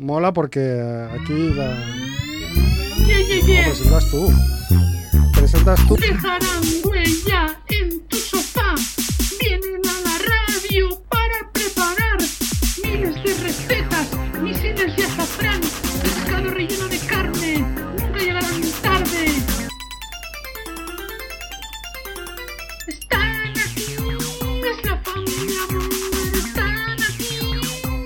mola porque aquí la... Yeah, yeah, yeah. presentas tú. Presentas tú. Dejarán huella en tu sofá. Vienen a la radio para preparar miles de recetas, misiles de azafrán, pescado relleno de carne. Nunca llegarán tarde. Están aquí, es la familia Munger. Están aquí,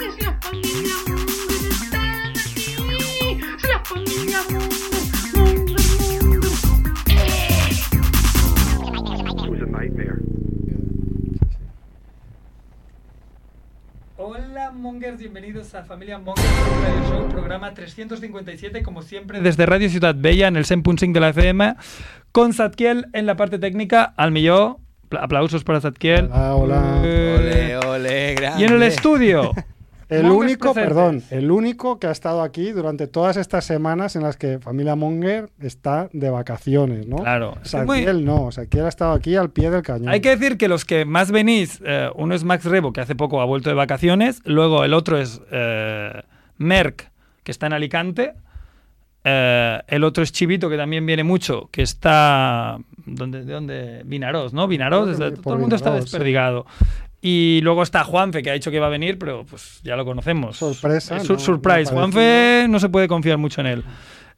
es la familia Munger. Están aquí, es la familia Munger. Munger, Munger. Hola Mongers, bienvenidos a Familia Mongers Radio Show, programa 357, como siempre, desde Radio Ciudad Bella en el 100.5 de la FM, con Zadkiel en la parte técnica, Almilló, pla- aplausos para Zadkiel. Hola, hola. Eh, Ole, ole, grande. y en el estudio, El Mongers único, presentes. perdón, el único que ha estado aquí durante todas estas semanas en las que familia Monger está de vacaciones, ¿no? Claro. Saquiel no, Saquiel ha estado aquí al pie del cañón. Hay que decir que los que más venís, eh, uno es Max Rebo, que hace poco ha vuelto de vacaciones, luego el otro es eh, Merck, que está en Alicante, eh, el otro es Chivito, que también viene mucho, que está... ¿dónde, ¿De dónde? Vinaroz, ¿no? Vinaroz, Creo que está- por todo el mundo está Vinaroz, sí. desperdigado. Y luego está Juanfe, que ha dicho que va a venir, pero pues ya lo conocemos. Sorpresa, Eh, ¿no? sur- No surprise. parece- Juanfe no se puede confiar mucho en él.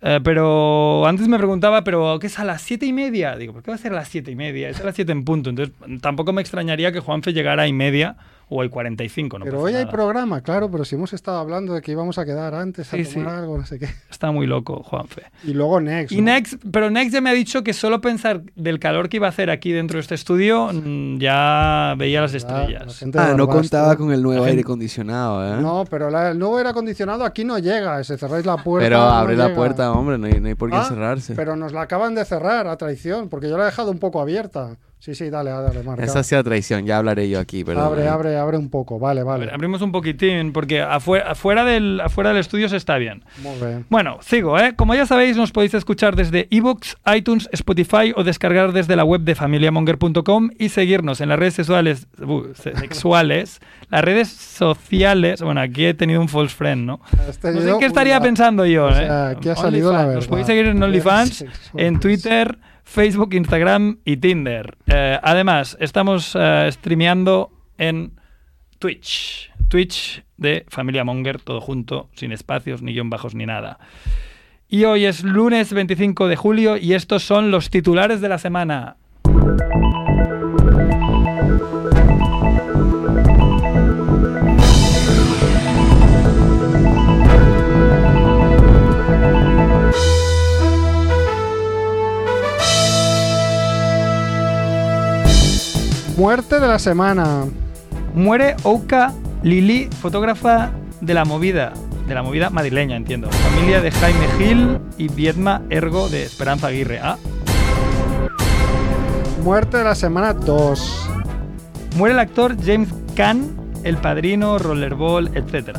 Eh, pero antes me preguntaba, ¿pero qué es a las siete y media? Digo, ¿por qué va a ser a las siete y media? Es a las siete en punto. Entonces, tampoco me extrañaría que Juanfe llegara a y media o a y cuarenta y cinco. No pero pasa hoy hay nada. programa, claro, pero si hemos estado hablando de que íbamos a quedar antes a Sí, tomar sí. algo, no sé qué. Está muy loco, Juanfe. Y luego Next. Y ¿no? Next, pero Next ya me ha dicho que solo pensar del calor que iba a hacer aquí dentro de este estudio, mm, ya veía las Ah, la estrellas. gente de Ah, no Barbastro. contaba con el nuevo La gente- aire acondicionado, ¿eh? No, pero la- el nuevo aire acondicionado aquí no llega, se cerráis la puerta. Pero no abre la llega. puerta, hombre, no hay, no hay por qué Ah, cerrarse. Pero nos la acaban de cerrar a traición, porque yo la he dejado un poco abierta. Sí, sí, dale, dale, marca. Esa eh. ha sido traición, ya hablaré yo aquí, pero... abre, abre, abre un poco. Vale, A ver, vale. abrimos un poquitín, porque afuera, afuera, del, afuera del estudio se está bien. Muy bien. Bueno, sigo, ¿eh? Como ya sabéis, nos podéis escuchar desde iVoox, iTunes, Spotify o descargar desde la web de familiamonger.com y seguirnos en las redes sexuales, bu- se- sexuales, las redes sociales, bueno, aquí he tenido un false friend, ¿no? Has No sé tenido qué estaría una- pensando yo, o sea, ¿eh? aquí ha salido la OnlyFans. verdad. Nos podéis seguir en OnlyFans, en Twitter, Facebook, Instagram y Tinder. Eh, además, estamos eh, streameando en Twitch. Twitch de Familia Monger, todo junto, sin espacios, ni guión bajos, ni nada. Y hoy es lunes 25 de julio y estos son los titulares de la semana. Muerte de la semana. Muere Ouka Lili, fotógrafa de la movida, de la movida madrileña, entiendo. Familia de Jaime Gil y Viedma Ergo de Esperanza Aguirre. Ah, Muerte de la semana 2. muere el actor James Caan, El Padrino, Rollerball, etc.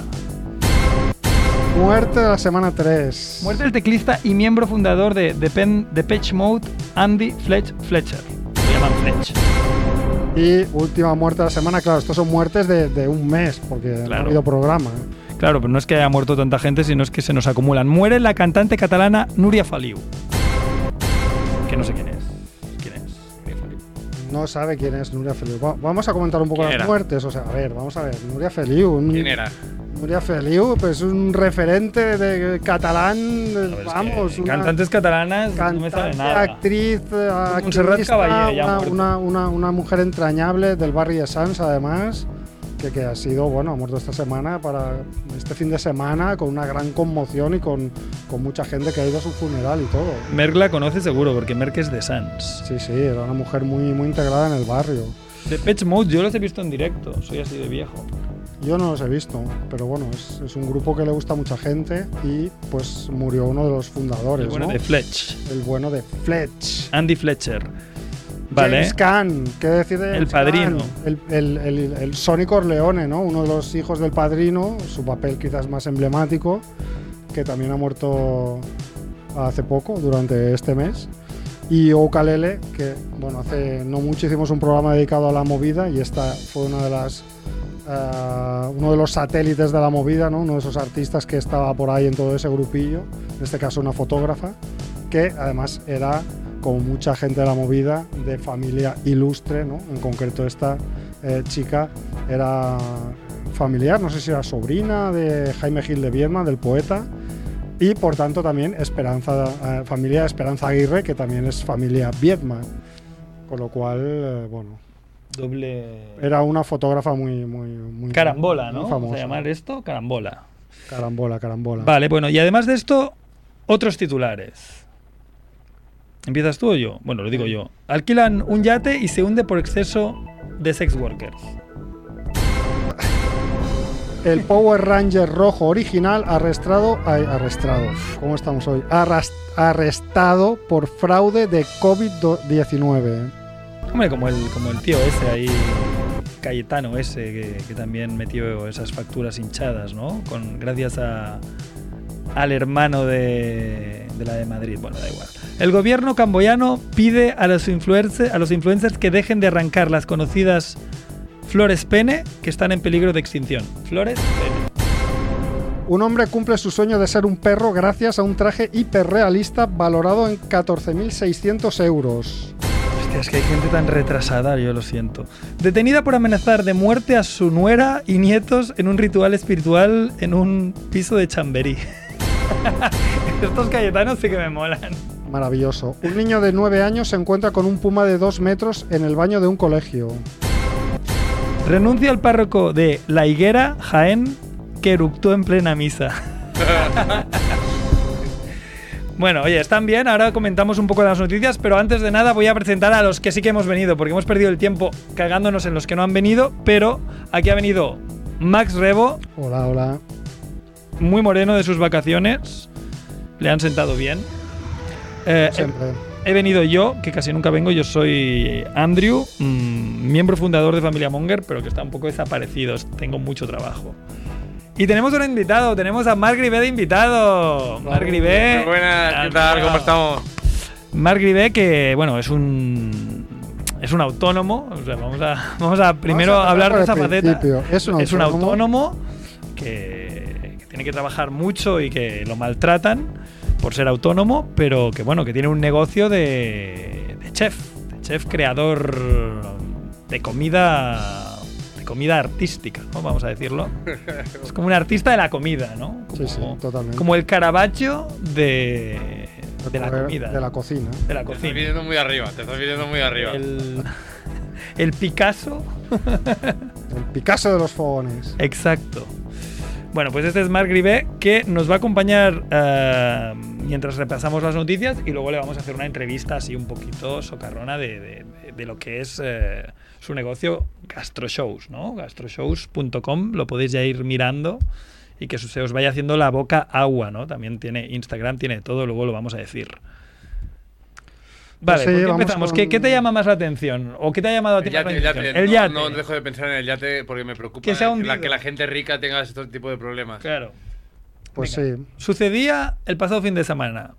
Muerte de la semana 3. Muere el teclista y miembro fundador de The Pen, The Pitch Mode, Andy Fletch Fletcher. Se llaman Fletch. Y última muerte de la semana. Claro, estos son muertes de, de un mes, porque no ha Claro. habido programa. ¿eh? Claro, pero no es que haya muerto tanta gente, sino es que se nos acumulan. Muere la cantante catalana Nuria Faliu. Que no sé quién es. ¿Quién es? Nuria Faliu. No sabe quién es Nuria Feliu. Va- Vamos a comentar un poco ¿Quién las era? muertes. O sea, a ver, vamos a ver. Nuria Feliu. un- ¿Quién era? Nuria Feliu, pues un referente de catalán, A ver, es vamos, que una cantantes catalanas no me sale cantante, nada. actriz, eh, Montserrat activista, Caballé, ya una, muerta. una- una- una mujer entrañable del barrio de Sants, además, que, que ha sido, bueno, ha muerto esta semana, para este fin de semana, con una gran conmoción y con, con mucha gente que ha ido a su funeral y todo. Merck la conoce seguro porque Merck es de Sans. Sí, sí, era una mujer muy, muy integrada en el barrio. De Pitch Mode yo los he visto en directo, soy así de viejo. Yo no los he visto, pero bueno, es, es un grupo que le gusta a mucha gente y pues murió uno de los fundadores, El bueno Pues ¿no? de Fletch, el bueno de Fletch. Andy Fletcher. Vale. James Caan, ¿qué decir de El James padrino. Caan? El, el, el- el Sonny Corleone, ¿no? Uno de los hijos del padrino, su papel quizás más emblemático, que también ha muerto hace poco, durante este mes. Y Okalele, que bueno, hace no mucho hicimos un programa dedicado a la movida y esta fue una de las eh, uno de los satélites de la movida, ¿no? uno de esos artistas que estaba por ahí en todo ese grupillo, en este caso una fotógrafa, que además era, como mucha gente de la movida, de familia ilustre, ¿no? en concreto esta eh, chica era familiar, no sé si era sobrina de Jaime Gil de Viedma, del poeta, y por tanto también Esperanza, eh, familia de Esperanza Aguirre, que también es familia Viedma, con lo cual, eh, bueno, Doble. era una fotógrafa muy, muy, muy Carambola, muy ¿no? Vamos famosa. a llamar esto carambola. Carambola, carambola. Vale, bueno, y además de esto, otros titulares. ¿Empiezas tú o yo? Bueno, lo digo yo. Alquilan un yate y se hunde por exceso de sex workers. El Power Ranger rojo original arrestado, ay, arrestado, ¿cómo estamos hoy? Arras- arrestado por fraude de COVID-19. Hombre, como el, como el tío ese ahí, Cayetano ese, que, que también metió esas facturas hinchadas, ¿no? Con, gracias a, al hermano de, de la de Madrid. Bueno, da igual. El gobierno camboyano pide a los, influence- a los influencers que dejen de arrancar las conocidas flores pene que están en peligro de extinción. Flores pene. Un hombre cumple su sueño de ser un perro gracias a un traje hiperrealista valorado en 14.600 euros. Hostia, es que hay gente tan retrasada, yo lo siento. Detenida por amenazar de muerte a su nuera y nietos en un ritual espiritual en un piso de chamberí. Estos cayetanos sí que me molan. Maravilloso. Un niño de 9 años se encuentra con un puma de 2 metros en el baño de un colegio. Renuncia al párroco de La Higuera, Jaén, que eructó en plena misa. Bueno, oye, están bien, ahora comentamos un poco de las noticias, pero antes de nada voy a presentar a los que sí que hemos venido, porque hemos perdido el tiempo cagándonos en los que no han venido, pero aquí ha venido Max Rebo, Hola, hola. muy moreno de sus vacaciones, le han sentado bien. Eh, Siempre. He venido yo, que casi nunca vengo, yo soy Andrew, mm, miembro fundador de Familia Monger, pero que está un poco desaparecido, tengo mucho trabajo. Y tenemos un invitado, tenemos a Marc Gribé de invitado. Marc Gribé. Muy buenas, ¿qué tal? ¿Cómo estamos? Marc Gribé, que bueno, es un es un autónomo, o sea, vamos a, vamos a primero empezar hablar por de el esa faceta. principio. Es un autónomo. autónomo que, que tiene que trabajar mucho y que lo maltratan por ser autónomo, pero que bueno, que tiene un negocio de, de chef, de chef creador de comida de comida artística, ¿no? Vamos a decirlo. Es como un artista de la comida, ¿no? Como, Sí, sí, totalmente. como el Caravaggio de, de la Recorrer- comida. De la cocina. de la Te estás cocina. pidiendo muy arriba, te estás pidiendo muy arriba. El, el Picasso. El Picasso de los fogones. Exacto. Bueno, pues este es Marc Gribé que nos va a acompañar eh, mientras repasamos las noticias y luego le vamos a hacer una entrevista así un poquito socarrona de, de- de- de lo que es eh, su negocio Gastroshows, ¿no? Gastroshows.com, lo podéis ya ir mirando y que se os vaya haciendo la boca agua, ¿no? También tiene Instagram, tiene todo, luego lo vamos a decir. Vale, sí, ¿por qué Pues, eh, vamos empezamos? ¿Qué, con- qué te llama más la atención? ¿O qué te ha llamado a ti El más yate, la el atención? yate. El no, yate. No dejo de pensar en el yate porque me preocupa Que se ha hundido. la, que la gente rica tenga este tipo de problemas. Claro. Pues Venga. sí. Sucedía el pasado fin de semana.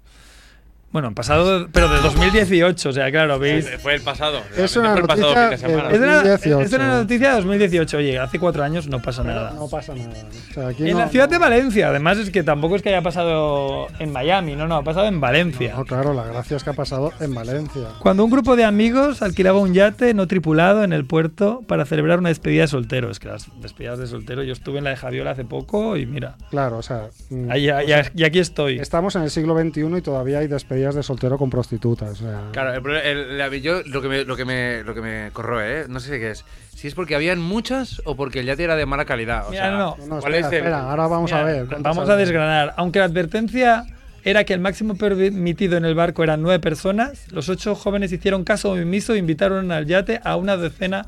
Bueno, pasado, pero de 2018, o sea, claro, veis. Eh, Fue el pasado. Es realmente una fue el pasado noticia, fin de semana. Es una, 2018. es una noticia de 2018, oye, hace cuatro años no pasa nada. No pasa nada. O sea, aquí En no- la ciudad de no- Valencia, además es que tampoco es que haya pasado en Miami, no, no, ha pasado en Valencia. No, claro, la gracia es que ha pasado en Valencia. Cuando un grupo de amigos alquilaba un yate no tripulado en el puerto para celebrar una despedida de soltero. Es que las despedidas de soltero, yo estuve en la de Javiola hace poco y mira, Claro, o sea. mm, ahí- ahí- y aquí estoy. Estamos en el siglo XXI y todavía hay despedidas de soltero con prostitutas. o sea, Claro, el, problema- el- la- yo lo que me, lo que me, lo que me corroe, ¿eh? no sé qué es. Si es porque habían muchas o porque el yate era de mala calidad. O Mira, sea, no, No, no, ¿cuál espera, es el- espera, ahora vamos a Mira, ver. cuántas Vamos a salen. desgranar. Aunque la advertencia era que el máximo permitido en el barco eran nueve personas, los ocho jóvenes hicieron caso omiso e invitaron al yate a una decena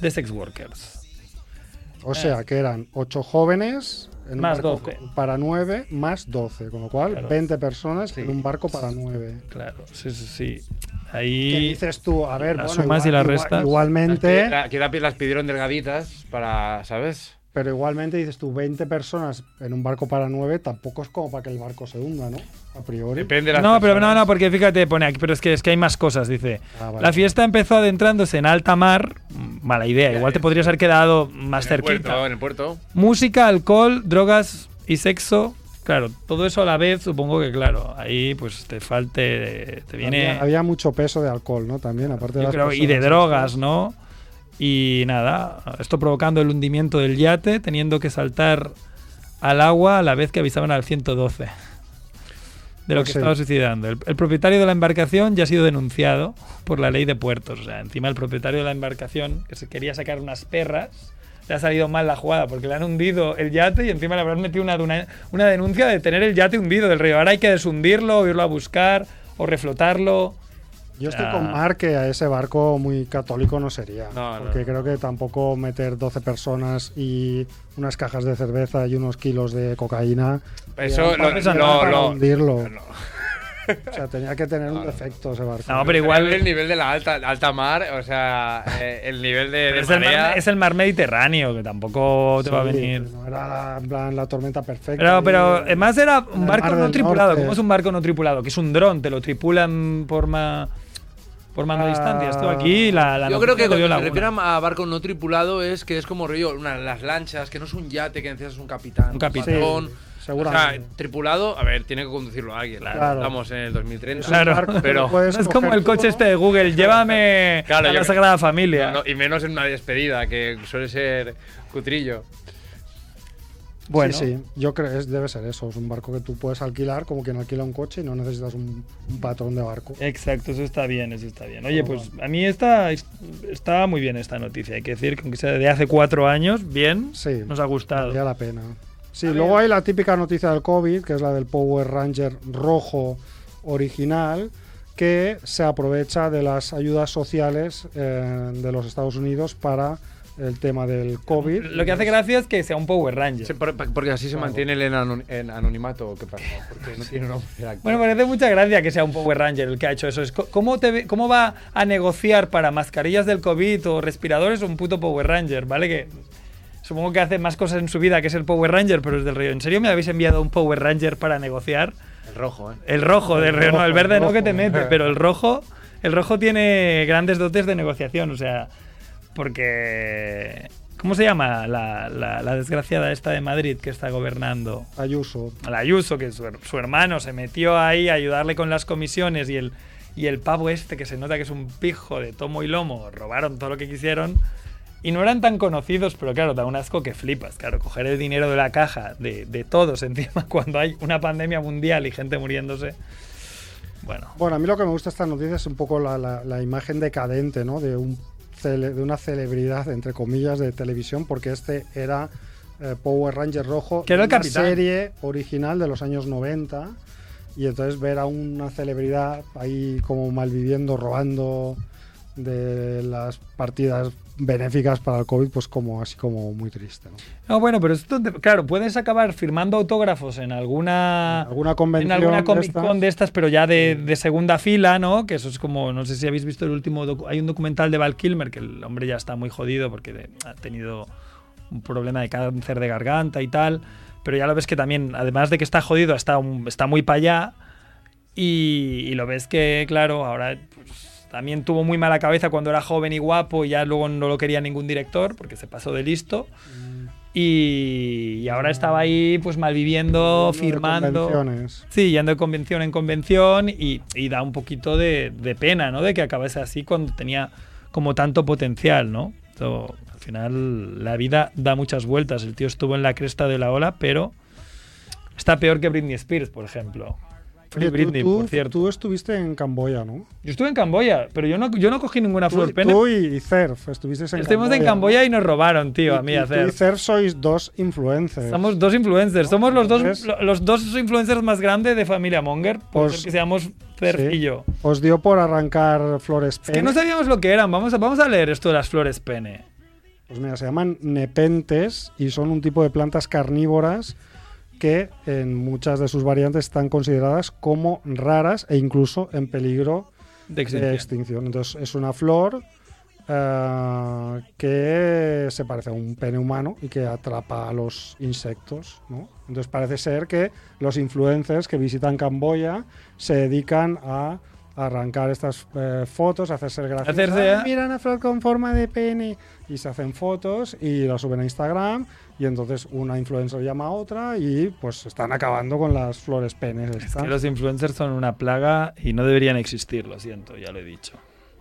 de sex workers. O sea, que eran 8 jóvenes en un Más barco 12. para 9 más 12, con lo cual Claro. 20 personas en Sí. un barco para 9. Claro, sí, sí, sí. ¿Qué Ahí. dices tú? A ver, las bueno, sumas y las restas. Las igualmente, pi- la- que la- las pidieron delgaditas para, ¿sabes? pero igualmente dices tú 20 personas en un barco para 9 tampoco es como para que el barco se hunda, ¿no? A priori. Depende de las No, pero no, personas. no, porque fíjate, pone aquí, pero es que, es que hay más cosas, dice. Ah, vale. La fiesta empezó adentrándose en alta mar, mm, mala idea. Igual te podrías haber quedado más en el cerquita. puerto, en el puerto. Música, alcohol, drogas y sexo. Claro, todo eso a la vez, supongo que, claro, ahí pues te falte, te viene. Había, había mucho peso de alcohol, ¿no? También, aparte de yo las creo, y de personas. drogas, ¿no? Y nada, esto provocando el hundimiento del yate, teniendo que saltar al agua a la vez que avisaban al 112 de lo Pues que sí. estaba suicidando. El, el propietario de la embarcación ya ha sido denunciado por la ley de puertos. O sea, encima el propietario de la embarcación, que se quería sacar unas perras, le ha salido mal la jugada porque le han hundido el yate y encima le habrán metido una, una, una denuncia de tener el yate hundido del río. Ahora hay que deshundirlo, o irlo a buscar o reflotarlo. Yo estoy Ah. con Mar que a ese barco muy católico no sería. No, no, porque no. creo que tampoco meter 12 personas y unas cajas de cerveza y unos kilos de cocaína. Eso eran lo, para- lo, eran para lo- hundirlo. no. O sea, tenía que tener un defecto ese barco. No, pero igual. el nivel de la alta, alta mar, o sea, eh, el nivel de, de Pero es, el marea. mar, es el mar Mediterráneo, que tampoco te va a ¿eh? Sí, venir. no era la, en plan, la tormenta perfecta. Pero, y- pero además era un el barco Mar no del tripulado. Norte. ¿Cómo es un barco no tripulado? Que es un dron, te lo tripulan por, ma, por mando de Ah. distancia. Esto aquí, la, la Yo creo noticia que te cuando dio se laguna. refieren a barco no tripulado es que es como rollo, una, las lanchas, que no es un yate que necesitas un capitán, Un capitán. Sí, patrón. O sea, seguramente. tripulado, a ver, tiene que conducirlo alguien. Claro. Estamos en el 2030. Claro. barco que pero- puedes No es como coger el coche tú, este de Google, llévame Claro, a yo la creo- Sagrada Familia. No, no, y menos en una despedida, que suele ser cutrillo. bueno, Sí, sí, yo creo que es- debe ser eso. Es un barco que tú puedes alquilar como quien alquila un coche y no necesitas un, un patrón de barco. Eh, Exacto, eso está bien, eso está bien. Oye, pues a mí esta está muy bien esta noticia. Hay que decir que aunque sea de hace cuatro años, bien, Sí. nos ha gustado. Valía la pena. Sí, luego hay la típica noticia del COVID, que es la del Power Ranger rojo original, que se aprovecha de las ayudas sociales eh, de los Estados Unidos para el tema del COVID. Lo que hace gracia es que sea un Power Ranger. Sí, por- porque así se mantiene el en, anon- en anonimato, ¿o ¿qué pasa? Porque no tiene nombre. el actor. Bueno, parece mucha gracia que sea un Power Ranger el que ha hecho eso. Es co- ¿Cómo, te, ve- ¿Cómo va a negociar para mascarillas del COVID o respiradores un puto Power Ranger? ¿Vale? Que supongo que hace más cosas en su vida que es el Power Ranger, pero es del río. ¿En serio me habéis enviado un Power Ranger para negociar? el rojo, ¿eh? El rojo del río, no, el rojo, verde el no que rojo. te mete, pero el rojo, el rojo tiene grandes dotes de negociación, o sea, porque... ¿Cómo se llama la, la- la desgraciada esta de Madrid que está gobernando? Ayuso. al Ayuso, que su, her- su hermano se metió ahí a ayudarle con las comisiones y el, y el pavo este, que se nota que es un pijo de tomo y lomo, robaron todo lo que quisieron. Y no eran tan conocidos, pero claro, da un asco que flipas. Claro, coger el dinero de la caja de, de todos encima cuando hay una pandemia mundial y gente muriéndose. Bueno, Bueno, a mí lo que me gusta de esta noticia es un poco la, la- la imagen decadente, ¿no? De, un cele- de una celebridad, entre comillas, de televisión, porque este era eh, Power Ranger Rojo, Que era el una capitán. serie original de los años 90. Y entonces ver a una celebridad ahí como malviviendo, robando de las partidas benéficas para el COVID, pues como así como muy triste. ¿no? no, bueno pero esto, te- claro, puedes acabar firmando autógrafos en alguna, Alguna convención. en alguna de Comic estas. Con de estas, pero ya de, de segunda fila, ¿no? Que eso es como, no sé si habéis visto el último, docu- hay un documental de Val Kilmer, que el hombre ya está muy jodido porque de- ha tenido un problema de cáncer de garganta y tal, pero ya lo ves que también, además de que está jodido, está, un- está muy para allá y, y lo ves que, claro, ahora pues, también tuvo muy mala cabeza cuando era joven y guapo y ya luego no lo quería ningún director porque se pasó de listo. Y, y ahora estaba ahí pues malviviendo, de firmando. convenciones. Sí, yendo de convención en convención y, y da un poquito de, de pena, ¿no? De que acabase así cuando tenía como tanto potencial, ¿no? Esto, al final la vida da muchas vueltas. El tío estuvo en la cresta de la ola, pero está peor que Britney Spears, por ejemplo. Free Oye, tú- Britney, tú- por cierto. Tú estuviste en Camboya, ¿no? Yo estuve en Camboya, pero yo no, yo no cogí ninguna Tú, flor pene. tú y y Cerf, estuvisteis en Estuvimos Camboya. en Camboya y nos robaron, tío, a mí y, a y hacer. Tú pues, y Cerf sois dos influencers. Somos dos influencers. Somos los dos, Entonces- lo- los dos influencers más grandes de Familia Monger, por Pues- ser que seamos Cerf Sí. y yo. Os dio por arrancar flores Es que no sabíamos lo que eran. Vamos a, vamos a leer esto de las flores pene. Pues mira, se llaman nepentes y son un tipo de plantas carnívoras que en muchas de sus variantes están consideradas como raras e incluso en peligro De de extinción. extinción. Entonces es una flor eh, que se parece a un pene humano y que atrapa a los insectos. ¿no? Entonces parece ser que los influencers que visitan Camboya se dedican a arrancar estas eh, fotos, hacerse el gracioso. Hacerse, "Ay, ¿eh? mira una flor con forma de pene. Y se hacen fotos y lo suben a Instagram. Y entonces una influencer llama a otra y pues están acabando con las flores penes. estas. Que los influencers son una plaga y no deberían existir, lo siento, ya lo he dicho.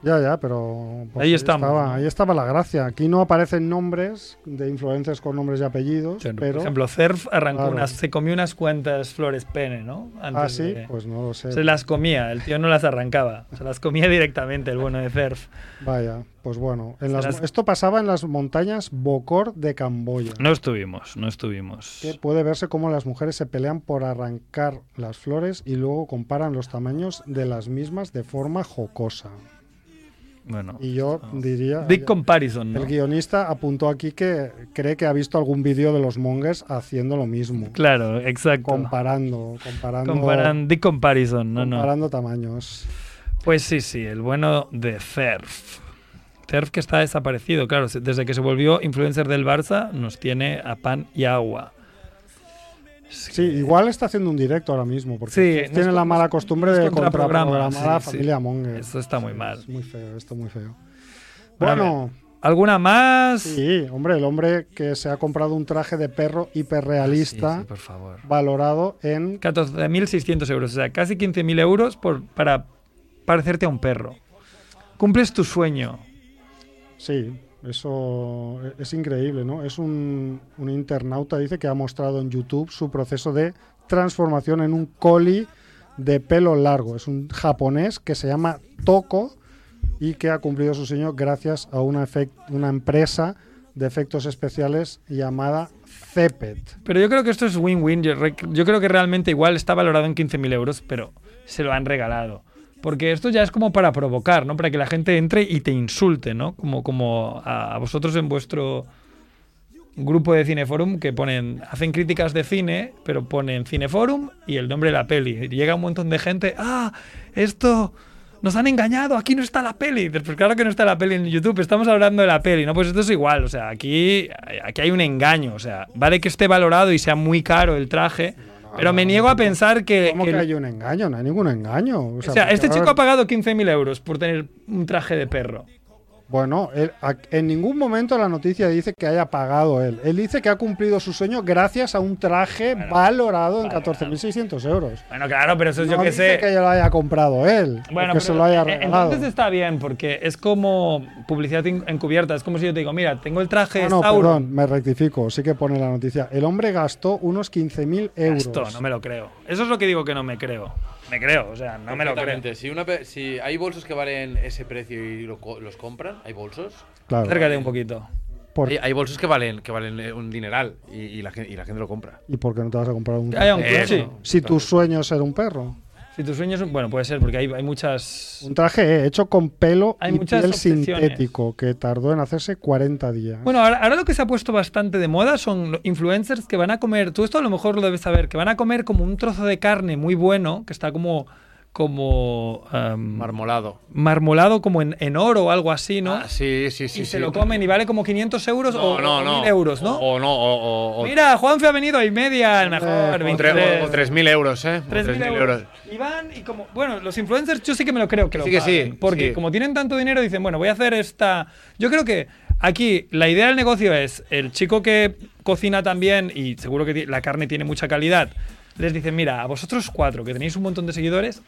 Ya, ya, pero. Ahí estamos, Estaba, ¿no? ahí estaba la gracia. Aquí no aparecen nombres de influencers con nombres y apellidos, pero. Por ejemplo, Cerf arrancó Claro. unas, se comió unas cuantas flores pene, ¿no? Antes ah, sí, de- pues no lo sé. Se las comía, el tío no las arrancaba, se las comía directamente el bueno de Cerf. Vaya, pues bueno. en Se las- las- Esto pasaba en las montañas Bokor de Camboya. No estuvimos, no estuvimos. Que puede verse cómo las mujeres se pelean por arrancar las flores y luego comparan los tamaños de las mismas de forma jocosa. Bueno. Y yo diría. Dick Comparison, Ah. ¿no? El guionista apuntó aquí que cree que ha visto algún vídeo de los mongers haciendo lo mismo. Claro, exacto. Comparando, comparando. Comparan, Dick Comparison, no, no. comparando tamaños. Pues sí, sí, el bueno de Cerf. Cerf que está desaparecido, claro, se- desde que se volvió influencer del Barça nos tiene a pan y agua. Es Sí, que- igual está haciendo un directo ahora mismo, porque Sí, tiene no es la con- mala costumbre no es de contraprograma, contraprogramar a la sí, sí. familia Monger. Eso está muy Sí, mal. Es muy feo, esto muy feo. Bueno, a Bueno, ¿Alguna más? sí, hombre, el hombre que se ha comprado un traje de perro hiperrealista, Ah, Sí, sí, por favor. valorado en 14.600 euros, o sea, casi 15.000 euros por, para parecerte a un perro. Cumples tu sueño. Sí, eso e- es increíble, ¿no? Es un, un internauta, dice, que ha mostrado en YouTube su proceso de transformación en un coli de pelo largo. Es un japonés que se llama Toko y que ha cumplido su sueño gracias a una, efec- una empresa de efectos especiales llamada Cepet. Pero yo creo que esto es win-win. Yo, re- yo creo que realmente igual está valorado en 15.000 euros, pero se lo han regalado. Porque esto ya es como para provocar, ¿no? Para que la gente entre y te insulte, ¿no? Como, como a, a vosotros en vuestro grupo de Cineforum que ponen, hacen críticas de cine, pero ponen Cineforum y el nombre de la peli. Y llega un montón de gente, ah, esto nos han engañado, aquí no está la peli. Y dices, Pues claro que no está la peli en YouTube, estamos hablando de la peli, ¿no? Pues esto es igual, o sea, aquí, aquí hay un engaño, o sea, vale que esté valorado y sea muy caro el traje, pero me niego a pensar que... ¿Cómo Eh, que que el- hay un engaño? No hay ningún engaño. O o sea, porque, este a ver, chico ha pagado 15.000 euros por tener un traje de perro. Bueno, él- a- en ningún momento la noticia dice que haya pagado él. Él dice que ha cumplido su sueño gracias a un traje valorado en 14.600 euros. Bueno, claro, pero eso es No yo que dice sé. que lo haya comprado él, o que se pero, lo haya eh, regalado. Entonces está bien, porque es como publicidad en- encubierta. Es como si yo te digo, mira, tengo el traje Ah, no, Sauron. perdón, me rectifico, sí que pone la noticia. El hombre gastó unos 15.000 euros. Esto no me lo creo. Eso es lo que digo que no me creo. Me creo, o sea, no me lo creo. Exactamente. Si, una pe- si hay bolsos que valen ese precio y lo co- los compran, hay bolsos. Claro, Acércate un poquito. por- Hay, hay bolsos que valen, que valen eh, un dineral y, y la, gen- y la gente lo compra. ¿Y por qué no te vas a comprar un Hay un traje? Eh, coche. no. Si tu sueño es ser un perro. Si tus sueños. Bueno, puede ser, porque hay, hay muchas. Un traje eh, hecho con pelo Hay y muchas piel obsesiones. sintético que tardó en hacerse 40 días. Bueno, ahora, ahora lo que se ha puesto bastante de moda son lo- influencers que van a comer. Tú esto a lo mejor lo debes saber, que van a comer como un trozo de carne muy bueno, que está como. como. em, Marmolado. marmolado como en, en oro o algo así, ¿no? Ah, sí, sí, sí. y se sí. lo comen y vale como 500 euros No, o, no, o no. 1000 euros, ¿no? O, o no, o. o- o- Mira, Juanfe ha venido y media, el mejor. o o 23, tre- o- o 3.000 euros, ¿eh? O 3.000 euros. Y van y como. Bueno, los influencers yo sí que me lo creo que lo Sí que sí, paguen, Porque sí. como tienen tanto dinero, dicen, bueno, voy a hacer esta. Yo creo que aquí la idea del negocio es el chico que cocina también y seguro que ti- la carne tiene mucha calidad. Les dicen, mira, a vosotros cuatro que tenéis un montón de seguidores,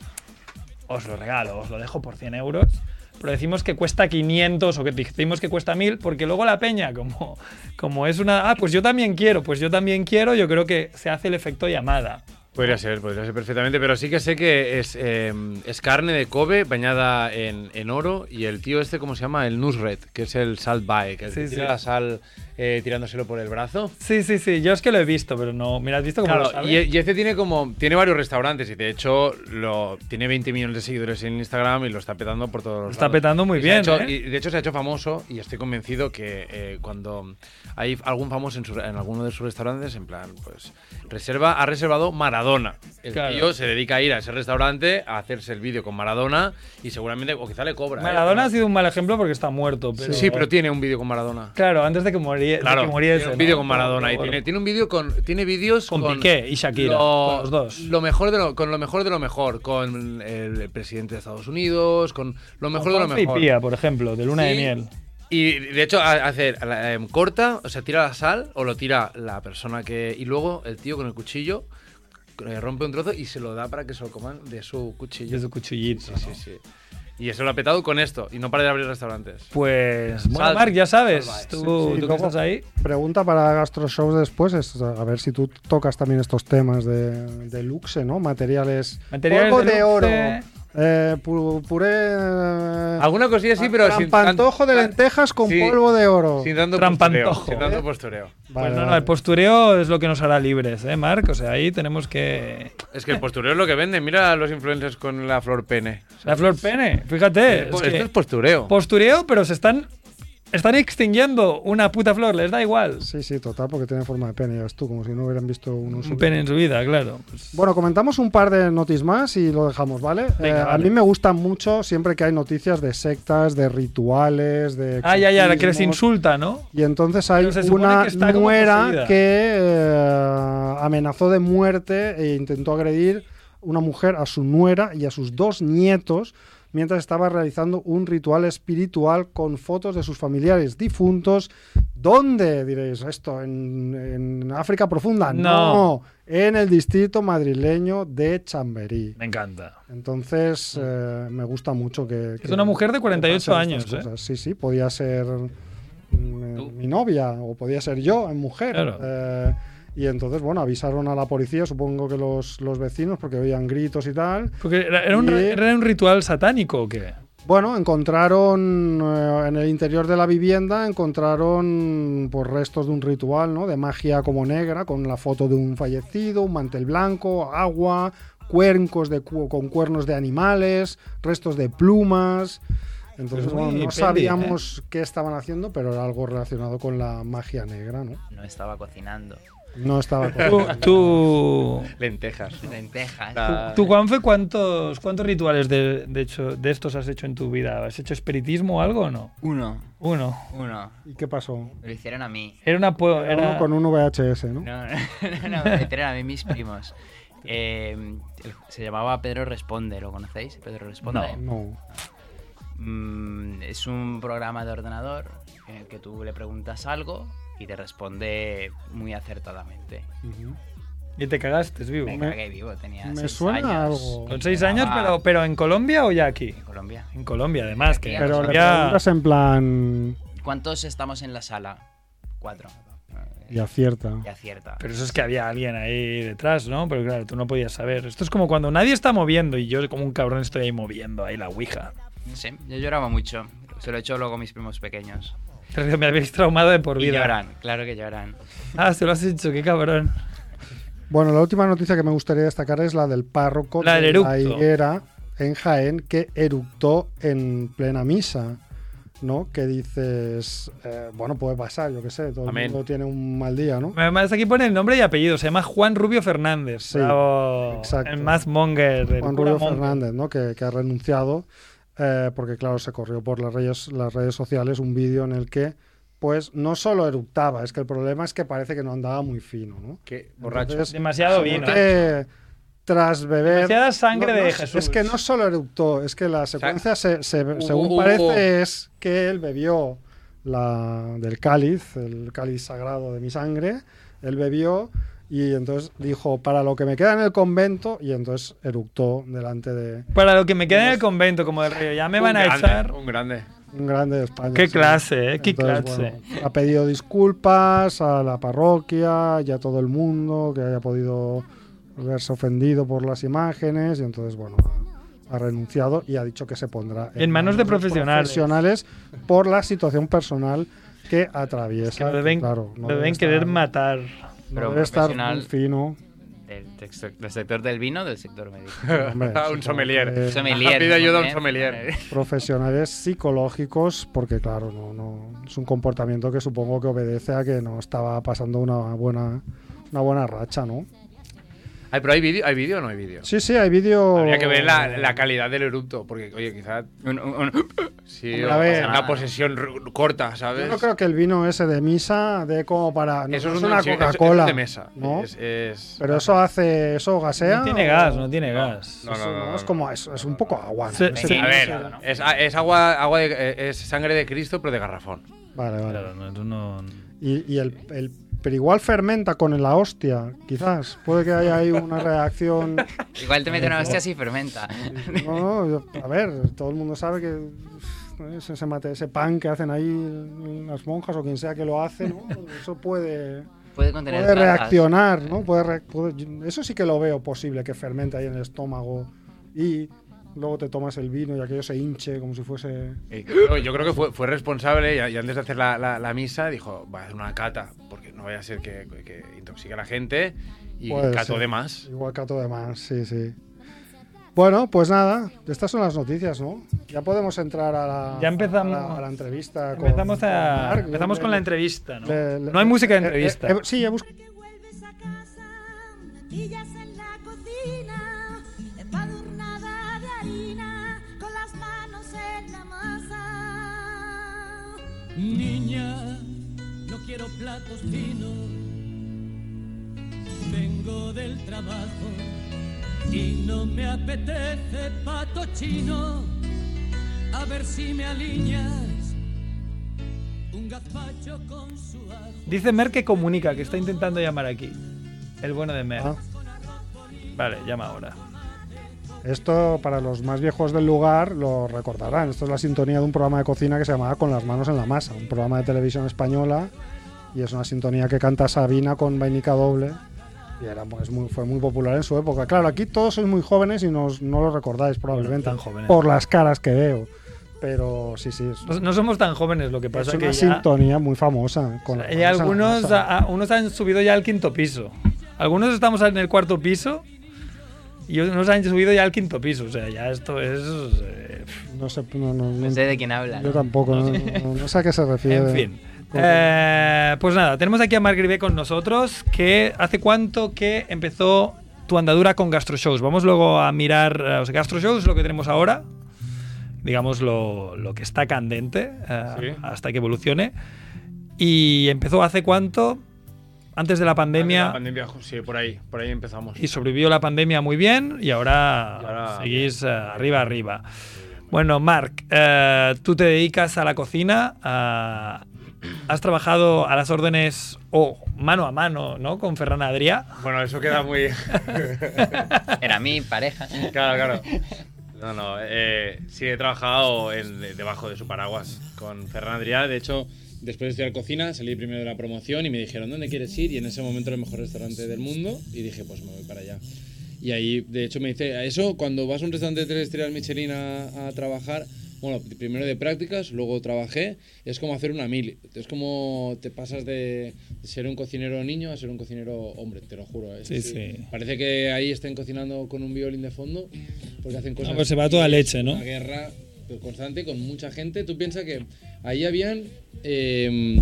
os lo regalo, os lo dejo por 100 euros. Pero decimos que cuesta 500 o que decimos que cuesta 1000, porque luego la peña, como, como es una. Ah, pues yo también quiero, pues yo también quiero, yo creo que se hace el efecto llamada. Podría ser, podría ser perfectamente, pero sí que sé que es, eh, es carne de Kobe bañada en, en oro y el tío este, ¿cómo se llama? El Nusret, que es el salt bae, que Sí, tira sí. la sal eh, tirándoselo por el brazo. Sí, sí, sí, yo es que lo he visto, pero no. Mira, has visto cómo lo Claro, sabe? y, y este tiene como tiene varios restaurantes y de hecho lo tiene 20 millones de seguidores en Instagram y lo está petando por todos los Lo está lados. petando muy Y se ha bien, hecho- ¿eh? y de hecho se ha hecho famoso y estoy convencido que eh, cuando hay algún famoso en, su- en alguno de sus restaurantes, en plan, pues reserva ha reservado Maradona el Claro. tío se dedica a ir a ese restaurante a hacerse el vídeo con Maradona y seguramente, o quizá le cobra. ¿eh? Maradona ha sido un mal ejemplo porque está muerto. Pero, Sí, pero tiene un vídeo con Maradona. Claro, antes de que, morie- de Claro, que muriese. tiene un vídeo ¿no? con Maradona y Bueno, tiene, tiene un vídeo con tiene vídeos Con Piqué y Shakira, con los dos. Lo mejor de lo, con lo mejor de lo mejor, con el presidente de Estados Unidos, con lo mejor de lo Juanfe y mejor. Pía, por ejemplo, de Luna de Sí. Miel. Y de hecho, a- hacer la- em, corta, o sea, tira la sal o lo tira la persona que. Y luego el tío con el cuchillo eh, rompe un trozo y se lo da para que se lo coman de su cuchillo. Y su cuchillito. Sí, ¿no? sí, sí. Y eso lo ha petado con esto. Y no para de abrir restaurantes. Pues, bueno, Sal- Marc, ya sabes, Salvaes. tú, Sí, tú que luego- estás ahí. pues Pregunta para gastroshows después es a ver si tú tocas también estos temas de, de luxe, ¿no? Materiales, Materiales polvo de de, luxe. oro, eh, pu- puré, eh, Alguna cosilla Ah, sí, pero sin. trampantojo de lentejas con sí, polvo de oro. Sin dando Trampantojo. postureo. Sin dando postureo. Vale, pues no, no, vale. el postureo es lo que nos hará libres, ¿eh, Marc? O sea, ahí tenemos que. Es que el postureo es lo que venden. Mira a los influencers con la flor pene. La flor pene, fíjate. Eh, es pues, Esto que- es postureo. postureo, pero se están. Están extinguiendo una puta flor, les da igual. Sí, sí, total, porque tiene forma de pene, ya ves tú, como si no hubieran visto un Un usuario. pene en su vida, claro. Pues- Bueno, comentamos un par de noticias más y lo dejamos, ¿vale? Venga, Eh, A vale. mí me gustan mucho siempre que hay noticias de sectas, de rituales, de. Ah, ya, ya, la que les exorcismos. insulta, ¿no? Y entonces hay Pero se supone una que está como nuera poseída. que eh, amenazó de muerte e intentó agredir una mujer a su nuera y a sus dos nietos mientras estaba realizando un ritual espiritual con fotos de sus familiares difuntos. ¿Dónde diréis esto? ¿En, en África profunda? No. en el distrito madrileño de Chamberí. Me encanta. Entonces, eh, me gusta mucho que... que- Mm. una mujer de que 48 pasen estas años, ¿eh? cosas. Sí, sí, podía ser mm, mi novia o podía ser yo en mujer. Claro. Eh, y entonces, bueno, avisaron a la policía, supongo que los, los vecinos, porque oían gritos y tal. Porque era, era un, Y- ri- era un ritual satánico o qué? Bueno, encontraron eh, en el interior de la vivienda, encontraron pues, restos de un ritual, ¿no? De magia como negra, con la foto de un fallecido, un mantel blanco, agua, cuernos de cu- con cuernos de animales, restos de plumas. Entonces, Pues muy bueno, no peli, sabíamos qué estaban haciendo, pero era algo relacionado con la magia negra, ¿no? No estaba cocinando. No estaba. Tú, tú, Lentejas. ¿no? Lentejas. Ah. tú, Juanfe, ¿cuántos, cuántos rituales de, de hecho, de estos has hecho en tu vida? ¿Has hecho espiritismo o algo o no? Uno, Uno. uno. ¿Y qué pasó? Me lo hicieron a mí. Era una... po- Era... Uno con un VHS, ¿no? No, no, no, no, me lo hicieron a mí mis primos. Eh, el- se llamaba Pedro Responde, ¿lo conocéis? Pedro Responde. No. Mm, es un programa de ordenador en el que tú le preguntas algo y te responde muy acertadamente. Ujú. Y te cagaste, es vivo. Me Me- cagué vivo, tenía me seis suena años. algo. Con seis años, Ah. pero, pero ¿en Colombia o ya aquí? En Colombia. En Colombia, además. Que en Pero le Colombia- preguntas en plan. ¿Cuántos estamos en la sala? Cuatro. Y acierta. Y acierta. Pero eso es que había alguien ahí detrás, ¿no? Pero claro, tú no podías saber. Esto es como cuando nadie está moviendo y yo como un cabrón estoy ahí moviendo ahí la ouija. No sé, yo lloraba mucho. Se lo he hecho luego a mis primos pequeños. Me habéis traumado de por Y vida. lloran, claro que lloran. Ah, se lo has hecho, qué cabrón. Bueno, la última noticia que me gustaría destacar es la del párroco La del de la eructo. higuera en Jaén que eructó en plena misa. ¿No? Que dices, eh, bueno, puede pasar, yo qué sé, todo Amén. el mundo tiene un mal día, ¿no? Además, aquí pone el nombre y apellido. Se llama Juan Rubio Fernández. Sí, Bravo. exacto. El más monger. el Juan cura Rubio monger. Fernández, ¿no? Que, que ha renunciado eh, porque, claro, se corrió por las redes, las redes sociales un vídeo en el que, pues, no solo eructaba, es que el problema es que parece que no andaba muy fino, ¿no? Qué borracho. Entonces, Demasiado Sino vino. ¿eh? que tras beber. Demasiada sangre de es- Jesús. Es que no solo eructó, es que la secuencia, se- se- según hubo- parece, hubo- es que él bebió la del cáliz, el cáliz sagrado de mi sangre. Él bebió y entonces dijo: Para lo que me queda en el convento, y entonces eructó delante de Para lo que me queda en el convento, como del río, ya me Un van a grande, echar. Un grande. un grande de España. Qué sí. clase, ¿eh? Qué Entonces, clase. bueno, ha pedido disculpas a la parroquia y a todo el mundo que haya podido verse ofendido por las imágenes y entonces, bueno, ha, ha renunciado y ha dicho que se pondrá En manos de profesionales. profesionales por la situación personal que atraviesa. Es que lo deben, claro, no lo debe deben estar- querer matar. no Pero debe estar profesional- muy fino. Del, texto- del sector del vino, del sector médico. Hombre, A un sommelier. eh, Sommelier, Pide ayuda a un ¿eh? sommelier. profesionales psicológicos porque claro no no es un comportamiento que supongo que obedece a que no estaba pasando una buena una buena racha no Ay, pero hay vídeo, hay vídeo o no hay vídeo. Sí, sí, hay vídeo. Habría que ver Oh. la, la calidad del eructo, porque oye, quizás Un- un- un- sí, Hombre, o- a ver. Ah. una posesión r- corta, Yo ¿sabes? no creo que el vino ese de misa de como para. No, Eso no es es un- una sí, eso- Coca-Cola. eso es de mesa. ¿no? Es- es- Pero eso hace. Eso gasea. No tiene gas, o- no tiene gas. No, eso no, no, no, Es como. Es, es un poco agua. ¿no? Se- Ese se- vino a ver, ese- es, a- es agua, agua de- eh, es sangre de Cristo, pero de garrafón. Vale, vale. Claro, no, tú no- Y, y el, el- pero igual fermenta con la hostia, quizás. Puede que haya ahí una reacción. Igual te mete una hostia así y fermenta. No, no, yo- a ver, todo el mundo sabe que uf, ese, ese mate- ese pan que hacen ahí las monjas o quien sea que lo hace, ¿no? eso puede, Puede contener puede trazas. reaccionar, ¿no? Puede re- puede- eso sí que lo veo posible, que fermente ahí en el estómago y luego te tomas el vino y aquello se hinche como si fuese... Eh, Yo, yo creo que fue, fue responsable y, a- y antes de hacer la, la- la misa dijo, va a hacer una cata, porque no vaya a ser que, que intoxique a la gente y Puede cató ser. de más. Igual que a todo demás, sí, sí. Bueno, pues nada, estas son las noticias, ¿no? Ya podemos entrar a la, Ya empezamos- a la, a la entrevista. con- Empezamos, con a, Marc. empezamos Le- con la le- entrevista, ¿no? le- le- No hay música de eh, entrevista. eh, eh, sí, he buscado. que vuelves a casa, natillas en la cocina, empadurnada de harina, con las manos en la masa. Niña, no quiero platos finos. Vengo del trabajo y no me apetece pato chino. A ver si me alineas un gazpacho con su ajo. Dice Mer que comunica, que está intentando llamar aquí. El bueno de Mer. Ah, Vale, llama ahora. esto para los más viejos del lugar lo recordarán. Esto es la sintonía de un programa de cocina que se llamaba Con las manos en la masa, un programa de televisión española y es una sintonía que canta Sabina con vainica doble y era, pues, muy, fue muy popular en su época. Claro, aquí todos sois muy jóvenes y nos- no lo recordáis probablemente tan jóvenes. por las caras que veo. Pero sí, sí, es, No, no somos tan jóvenes, lo que pasa es es una que ya, sintonía muy famosa. Con las manos ya en la algunos, masa. a- a- unos han subido ya al quinto piso. Algunos estamos en el cuarto piso y unos han subido ya al quinto piso. O sea, ya esto es... eh, No sé, no, no, no- No sé de quién habla. yo ¿no? tampoco, no, no- no sé a qué se refiere. En fin. Eh, pues nada, tenemos aquí a Marc Gribé con nosotros, que hace cuánto que empezó tu andadura con gastroshows. Vamos luego a mirar eh, los gastroshows, lo que tenemos ahora, digamos lo, lo que está candente, eh, Sí. hasta que evolucione. Y empezó hace cuánto, antes de la pandemia, La pandemia, sí, por ahí, por ahí empezamos. y sobrevivió la pandemia muy bien, y ahora, Y ahora- seguís eh, arriba, arriba. Bueno, Marc, eh, tú te dedicas a la cocina. a- has trabajado a las órdenes o mano a mano, ¿no? Con Ferran Adrià. Bueno, eso queda muy... Era mi pareja. Claro, claro. No, no. eh, sí, he trabajado en- de- debajo de su paraguas con Ferran Adrià. De hecho, después de estudiar cocina, salí primero de la promoción y me dijeron, ¿dónde quieres ir? Y en ese momento era el mejor restaurante del mundo. Y dije, pues me voy para allá. Y ahí, de hecho, me dice, "A eso, cuando vas a un restaurante de tres estrellas Michelin a, a trabajar, bueno, primero de prácticas, luego trabajé, es como hacer una mil. Es como te pasas de ser un cocinero niño a ser un cocinero hombre, te lo juro. ¿eh? es Sí, así. sí. Parece que ahí estén cocinando con un violín de fondo, porque hacen cosas. Ah, pues se va toda leche, ¿no? Una guerra constante con mucha gente. Tú piensas que ahí habían. eh,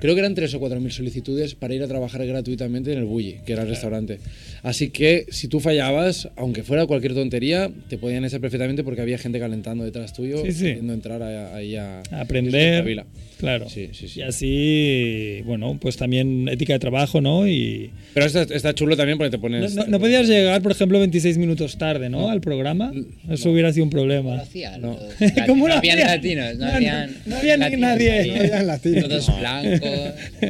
Creo que eran 3 o 4 mil solicitudes para ir a trabajar gratuitamente en el Bulli, que era el restaurante. Así que si tú fallabas, aunque fuera cualquier tontería, te podían echar perfectamente porque había gente calentando detrás tuyo, Sí, sí. queriendo entrar a- ahí a, Aprender. espabila. Claro. Sí, sí, sí. Y así, bueno, pues también ética de trabajo, ¿no? Y Pero está, está chulo también porque te no, pones. no- no podías llegar, por ejemplo, 26 minutos tarde, ¿no? Al programa. Eso hubiera sido un problema. hacían No. los lati- ¿Cómo lo no habían hacían? latinos, no, No, no, habían. no había ni latinos nadie. ahí. No había latinos. Todos blancos.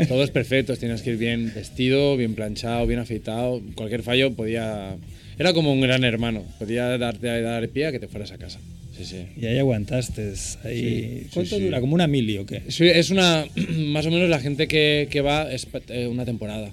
Todos perfectos, tenías que ir bien vestido, bien planchado, bien afeitado. Cualquier fallo podía. Era como un gran hermano, podía darte dar pie a que te fueras a casa. Sí, sí. Y ahí aguantaste. Ahí. Sí, ¿Cuánto sí, sí. dura? ¿Como una mili o qué? Sí, es una. Más o menos la gente que, que va es pa- eh, una temporada.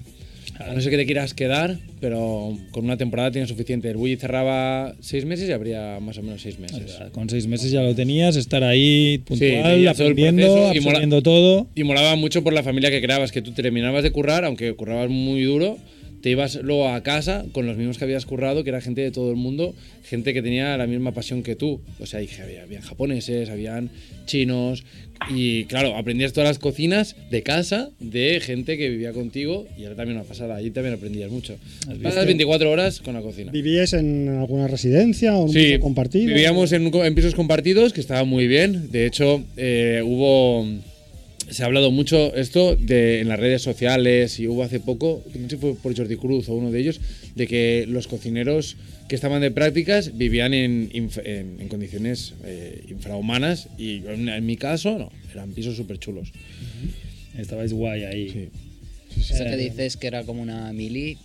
A no ser que te quieras quedar, pero con una temporada tienes suficiente. El Bulli cerraba seis meses y habría más o menos seis O meses. sea, Con seis meses ya lo tenías, estar ahí puntual, tenías todo el aprendiendo, proceso y mola- aprendiendo todo. Y molaba mucho por la familia que creabas, que tú terminabas de currar, aunque currabas muy duro, te ibas luego a casa con los mismos que habías currado, que era gente de todo el mundo, gente que tenía la misma pasión que tú. O sea, dije, había, habían japoneses, habían chinos, y claro, aprendías todas las cocinas de casa de gente que vivía contigo, y era también una pasada, allí también aprendías mucho. Pasas 24 horas con la cocina. ¿Vivíais en alguna residencia o en un Sí, piso compartido? Vivíamos en, un co- en pisos compartidos, que estaba muy bien. De hecho, eh, hubo. Se ha hablado mucho esto de, en las redes sociales y hubo hace poco, no sé si fue por Jordi Cruz o uno de ellos, de que los cocineros que estaban de prácticas vivían en, inf- en- en condiciones eh, infrahumanas y en, en mi caso, no, eran pisos súper chulos. Estabais guay ahí. Eh, Eso que dices que era como una mili.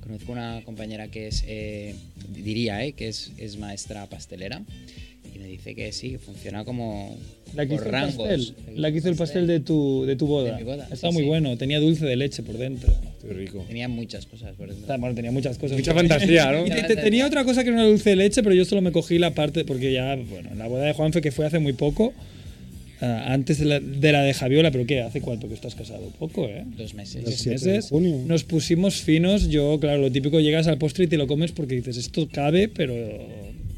Conozco una compañera que es, eh, diría, eh, que es, es maestra pastelera. Y me dice que sí, que funciona como La que, por hizo el rangos. pastel, la que hizo el pastel de tu, de tu boda. De mi boda, Estaba sí, muy sí. bueno, tenía dulce de leche por dentro. Qué rico. Tenía muchas cosas por Estaba- dentro. Bueno, tenía muchas cosas. Mucha fantasía, ¿no? Y te- te- tenía otra cosa que era una dulce de leche, pero yo solo me cogí la parte, porque ya, bueno, la boda de Juanfe, que fue hace muy poco, ah, antes de la, de la de Javiola, pero ¿qué? ¿Hace cuánto que estás casado? Poco, ¿eh? Dos meses. El Dos 7 de meses. junio. Nos pusimos finos. Yo, claro, lo típico, llegas al postre y te lo comes porque dices, esto cabe, pero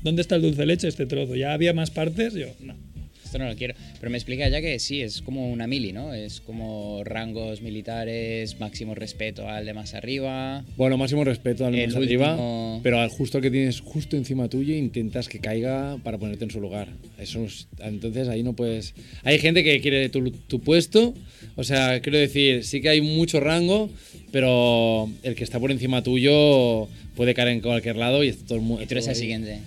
¿dónde está el dulce de leche este trozo? ¿Ya había más partes? Yo, no. Esto no lo quiero. Pero me explica ya que sí, es como una mili, ¿no? Es como rangos militares, máximo respeto al de más arriba. Bueno, máximo respeto al El más arriba, último- pero al justo que tienes justo encima tuyo intentas que caiga para ponerte en su lugar. Eso es- entonces ahí no puedes. Hay gente que quiere tu, tu puesto, o sea, quiero decir, sí que hay mucho rango, pero el que está por encima tuyo puede caer en cualquier lado y todo el mundo. Y tú eres el siguiente.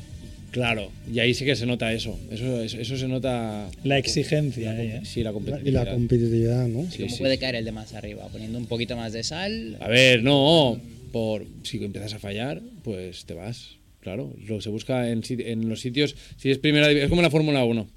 Claro, y ahí sí que se nota eso. Eso, eso, eso se nota. La exigencia, ahí, ¿eh? Sí, la Y competitividad. la competitividad, ¿no? ¿Y Sí, cómo sí. puede caer el de más arriba? Poniendo un poquito más de sal. A ver, no, por si empiezas a fallar, pues te vas. Claro, lo que se busca en, sit- en los sitios, si es primera divi- es como la Fórmula 1,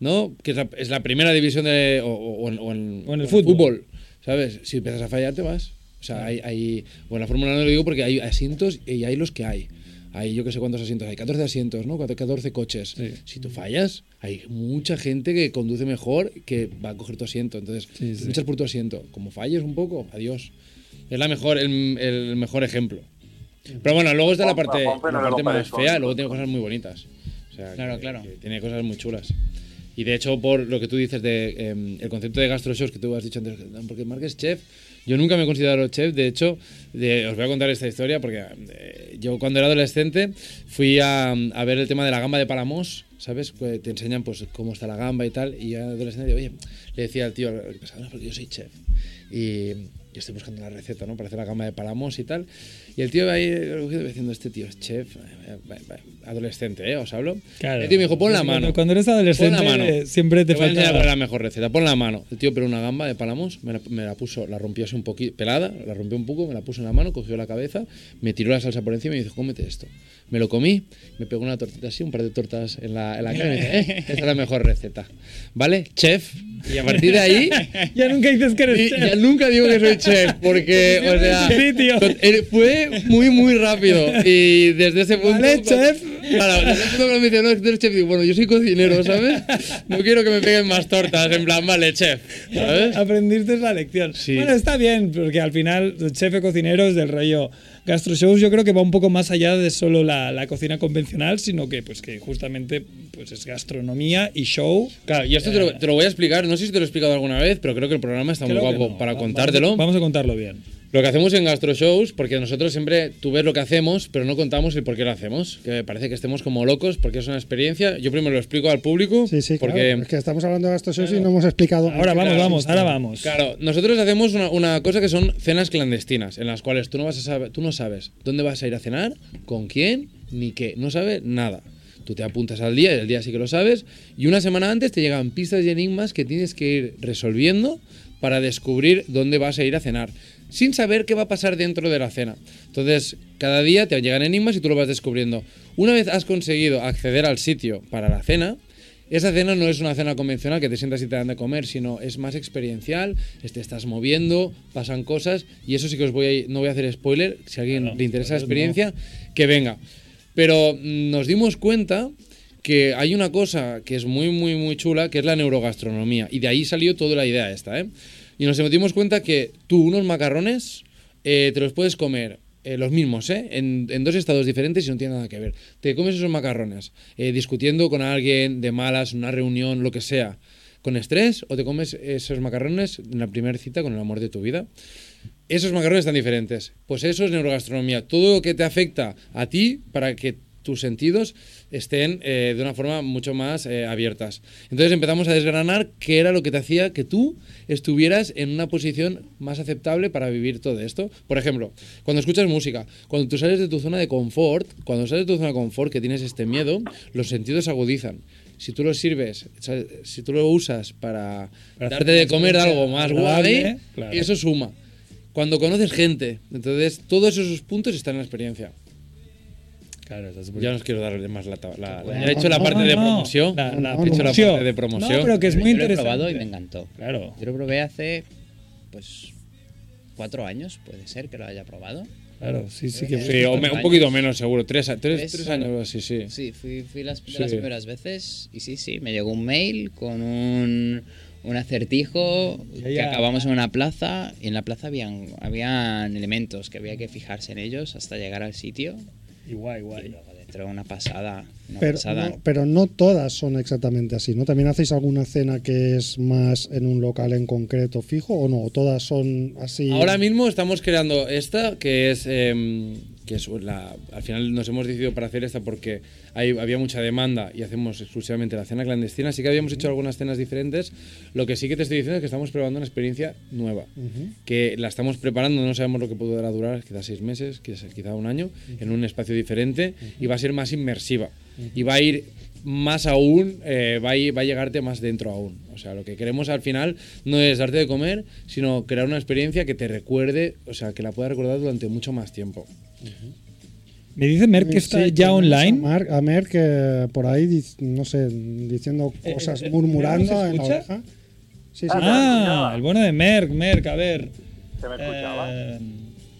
¿no? Que es la, es la primera división de, o, o- o en, o en- O en el o fútbol. ¿sabes? Si empiezas a fallar, te vas. O sea, hay, hay, bueno, la Fórmula 1 lo digo porque hay asientos y hay los que hay. Hay yo que sé cuántos asientos, hay 14 asientos, ¿no? 14 coches. Si tú fallas, hay mucha gente que conduce mejor que va a coger tu asiento. Entonces, luchas por tu asiento. Como falles un poco, adiós. Es la mejor, el, el mejor ejemplo. Pero bueno, luego está la Juanfe, parte, Juanfe no la le parte más parezco. fea, luego tiene cosas muy bonitas. O sea, Claro, que- claro. que tiene cosas muy chulas. Y de hecho, por lo que tú dices de em, el concepto de gastroshows que tú has dicho antes, porque Marc es chef, yo nunca me he considerado chef, de hecho, de- os voy a contar esta historia porque eh, yo cuando era adolescente fui a, a ver el tema de la gamba de Palamos, ¿sabes? Que te enseñan pues cómo está la gamba y tal, y yo era adolescente, oye, le decía al tío, al que pasaba, "No, porque yo soy chef. Y yo estoy buscando la receta, ¿no? Para hacer la gamba de palamos y tal. Y el tío ahí, cogido, diciendo, este tío es chef, eh, eh, eh, adolescente, ¿eh? Os hablo. Claro. El tío me dijo, pon la Cuando- mano. cuando eres Pon la adolescente, mano. siempre te voy a enseñar falta- cuál es la mejor receta. Pon la mano. El tío pero una gamba de palamos, me la, me la puso, la rompió así un poquito, pelada, la rompió un poco, me la puso en la mano, cogió la cabeza, me tiró la salsa por encima y me dijo, cómete esto. Me lo comí, me pegó una tortita así, un par de tortas en la, en la cara y me dice, "Eh, esta es la mejor receta. ¿Vale? Chef. Y a partir de ahí, Ya nunca dices que eres y chef. ya nunca digo que soy chef, porque, o sea, Sí, tío. con- eh, fue muy, muy rápido. Y desde ese punto. Vale, chef. Claro, desde ese punto cuando me dicen, no, es que eres chef, digo, bueno, yo soy cocinero, ¿sabes? No quiero que me peguen más tortas, en plan, vale, chef, ¿sabes? Aprendiste la lección. Sí. Bueno, está bien, porque al final el chef de cocinero es del rollo gastro shows. Yo creo que va un poco más allá de solo la, la cocina convencional, sino que pues que justamente pues es gastronomía y show. Claro, y esto te lo, te lo voy a explicar, no sé si te lo he explicado alguna vez, pero creo que el programa está muy Creo que guapo no. para Va- contártelo. Vamos, vamos a contarlo bien. Lo que hacemos en Gastro Shows, porque nosotros siempre tú ves lo que hacemos, pero no contamos el por qué lo hacemos. Que parece que estemos como locos porque es una experiencia. Yo primero lo explico al público. Sí, sí, porque claro. Es que estamos hablando de gastos y no hemos explicado. Ahora vamos, vamos, ahora vamos. Claro, nosotros hacemos una, una cosa que son cenas clandestinas, en las cuales tú no, vas a saber, tú no sabes dónde vas a ir a cenar, con quién, ni qué, no sabes nada. Tú te apuntas al día, y el día sí que lo sabes, y una semana antes te llegan pistas y enigmas que tienes que ir resolviendo para descubrir dónde vas a ir a cenar, sin saber qué va a pasar dentro de la cena. Entonces, cada día te llegan enigmas y tú lo vas descubriendo. Una vez has conseguido acceder al sitio para la cena, esa cena no es una cena convencional que te sientas y te dan de comer, sino es más experiencial, es- te estás moviendo, pasan cosas, y eso sí que os voy a, no voy a hacer spoiler, si a alguien Claro, le interesa la spoiler no. experiencia, que venga. Pero mm, nos dimos cuenta que hay una cosa que es muy, muy, muy chula, que es la neurogastronomía, y de ahí salió toda la idea esta, ¿eh? Y nos dimos cuenta que tú unos macarrones eh, te los puedes comer eh, los mismos, ¿eh? En, en dos estados diferentes y no tiene nada que ver. Te comes esos macarrones eh, discutiendo con alguien de malas, en una reunión, lo que sea, con estrés, o te comes esos macarrones en la primera cita con el amor de tu vida. Esos macarrones están diferentes. Pues eso es neurogastronomía. Todo lo que te afecta a ti para que tus sentidos estén eh, de una forma mucho más eh, abiertas. Entonces empezamos a desgranar qué era lo que te hacía que tú estuvieras en una posición más aceptable para vivir todo esto. Por ejemplo, cuando escuchas música, cuando tú sales de tu zona de confort, cuando sales de tu zona de confort que tienes este miedo, los sentidos se agudizan. Si tú lo sirves, si tú lo usas para, Para darte hacer de una comer algo experiencia más agradable, guay, claro. eso suma. Cuando conoces gente, entonces todos esos puntos están en la experiencia. Claro, estás Ya no os quiero darle más la tabla. la- Bueno, ya he hecho la no, parte no, de no. promoción. La- la he hecho la promoción. parte de promoción. No, pero que es muy yo lo he probado interesante. y me encantó. Claro. Yo lo probé hace, pues, cuatro años, puede ser que lo haya probado. Claro, sí, sí que que- Sí, o me- un poquito menos seguro. Tres, a- tres, Tres, tres bueno. años, sí, sí. Sí, fui, fui las, de las Sí. primeras veces y sí, sí, me llegó un mail con un, un acertijo Ya, que ya. acabamos en una plaza y en la plaza habían, habían elementos que había que fijarse en ellos hasta llegar al sitio. Igual, Y igual. luego dentro una pasada, una Pero pasada. no, pero no todas son exactamente así, ¿no? ¿También hacéis alguna cena que es más en un local en concreto fijo o no? ¿O todas son así? Ahora mismo estamos creando esta, que es. em, que es la, al final nos hemos decidido para hacer esta porque hay, había mucha demanda y hacemos exclusivamente la cena clandestina. Así que habíamos hecho algunas cenas diferentes. Lo que sí que te estoy diciendo es que estamos probando una experiencia nueva. que la estamos preparando, no sabemos lo que podrá durar, quizás seis meses, quizás, quizá un año, en un espacio diferente y va a ser más inmersiva. Y va a ir más aún, eh, va, a ir- va a llegarte más dentro aún. O sea, lo que queremos al final no es darte de comer, sino crear una experiencia que te recuerde, o sea, que la puedas recordar durante mucho más tiempo. Me dice Merck que está Sí, ya tenemos online. A Mer, a Mer que por ahí, dic- no sé, diciendo Eh, cosas, eh, murmurando ¿Mer nos en escucha? la oreja. Sí, sí. Ah, el bueno de Merck, Merck, a ver. ¿Se me escuchaba? Eh,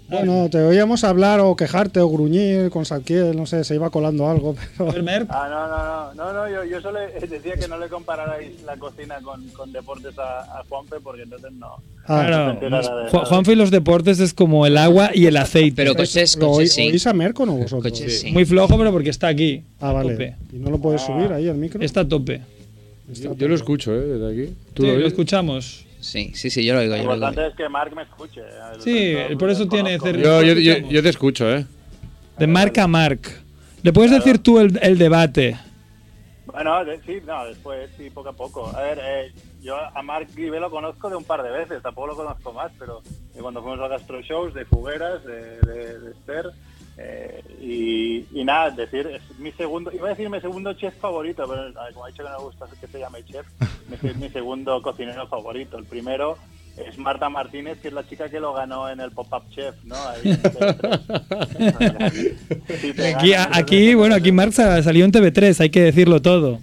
Bueno, te oíamos hablar o quejarte o gruñir con Salquiel, no sé, se iba colando algo, a pero ver, Merck. Ah, no, no, no, no, no yo, yo solo eh, decía que no le compararais la cocina con, con deportes a, a Juanpe porque entonces no. Ah, Claro. no, no, no, no. Ju- Juanfe y los deportes es como el agua y el aceite. Pero coches, ¿lo coches oí- sí. oís a Mer con o vosotros? Coches sí. Muy flojo, pero porque está aquí. Ah, a vale. tope. Ah. ¿Y no lo puedes subir ahí al micro? Está a tope. Está Yo lo escucho, ¿eh? Desde aquí. ¿Tú Sí, lo lo oyes? escuchamos. Sí, sí, sí, yo lo digo. Lo Yo lo importante digo. es que Mark me escuche. El Sí, resto por eso lo tiene conozco. cerca- Yo, yo- yo- yo te escucho, ¿eh? De marca a Marc. ¿Le puedes decir tú el, el debate? Bueno, de- sí, no, después sí, poco a poco. A ver, eh, yo a Mark Grive lo conozco de un par de veces, tampoco lo conozco más, pero de cuando fuimos a gastro shows, de Fugueras, de, de, de Esther, eh, y, y nada, decir, es mi segundo, iba a decir mi segundo chef favorito, pero ah, como he dicho que no me gusta que se llame chef, es mi- mi segundo cocinero favorito. El primero es Marta Martínez, que es la chica que lo ganó en el Pop-Up Chef, ¿no? Ahí en TV3. Si te Aquí, ganan, a- aquí, bueno, aquí Marc sa- salió en TV3, hay que decirlo todo.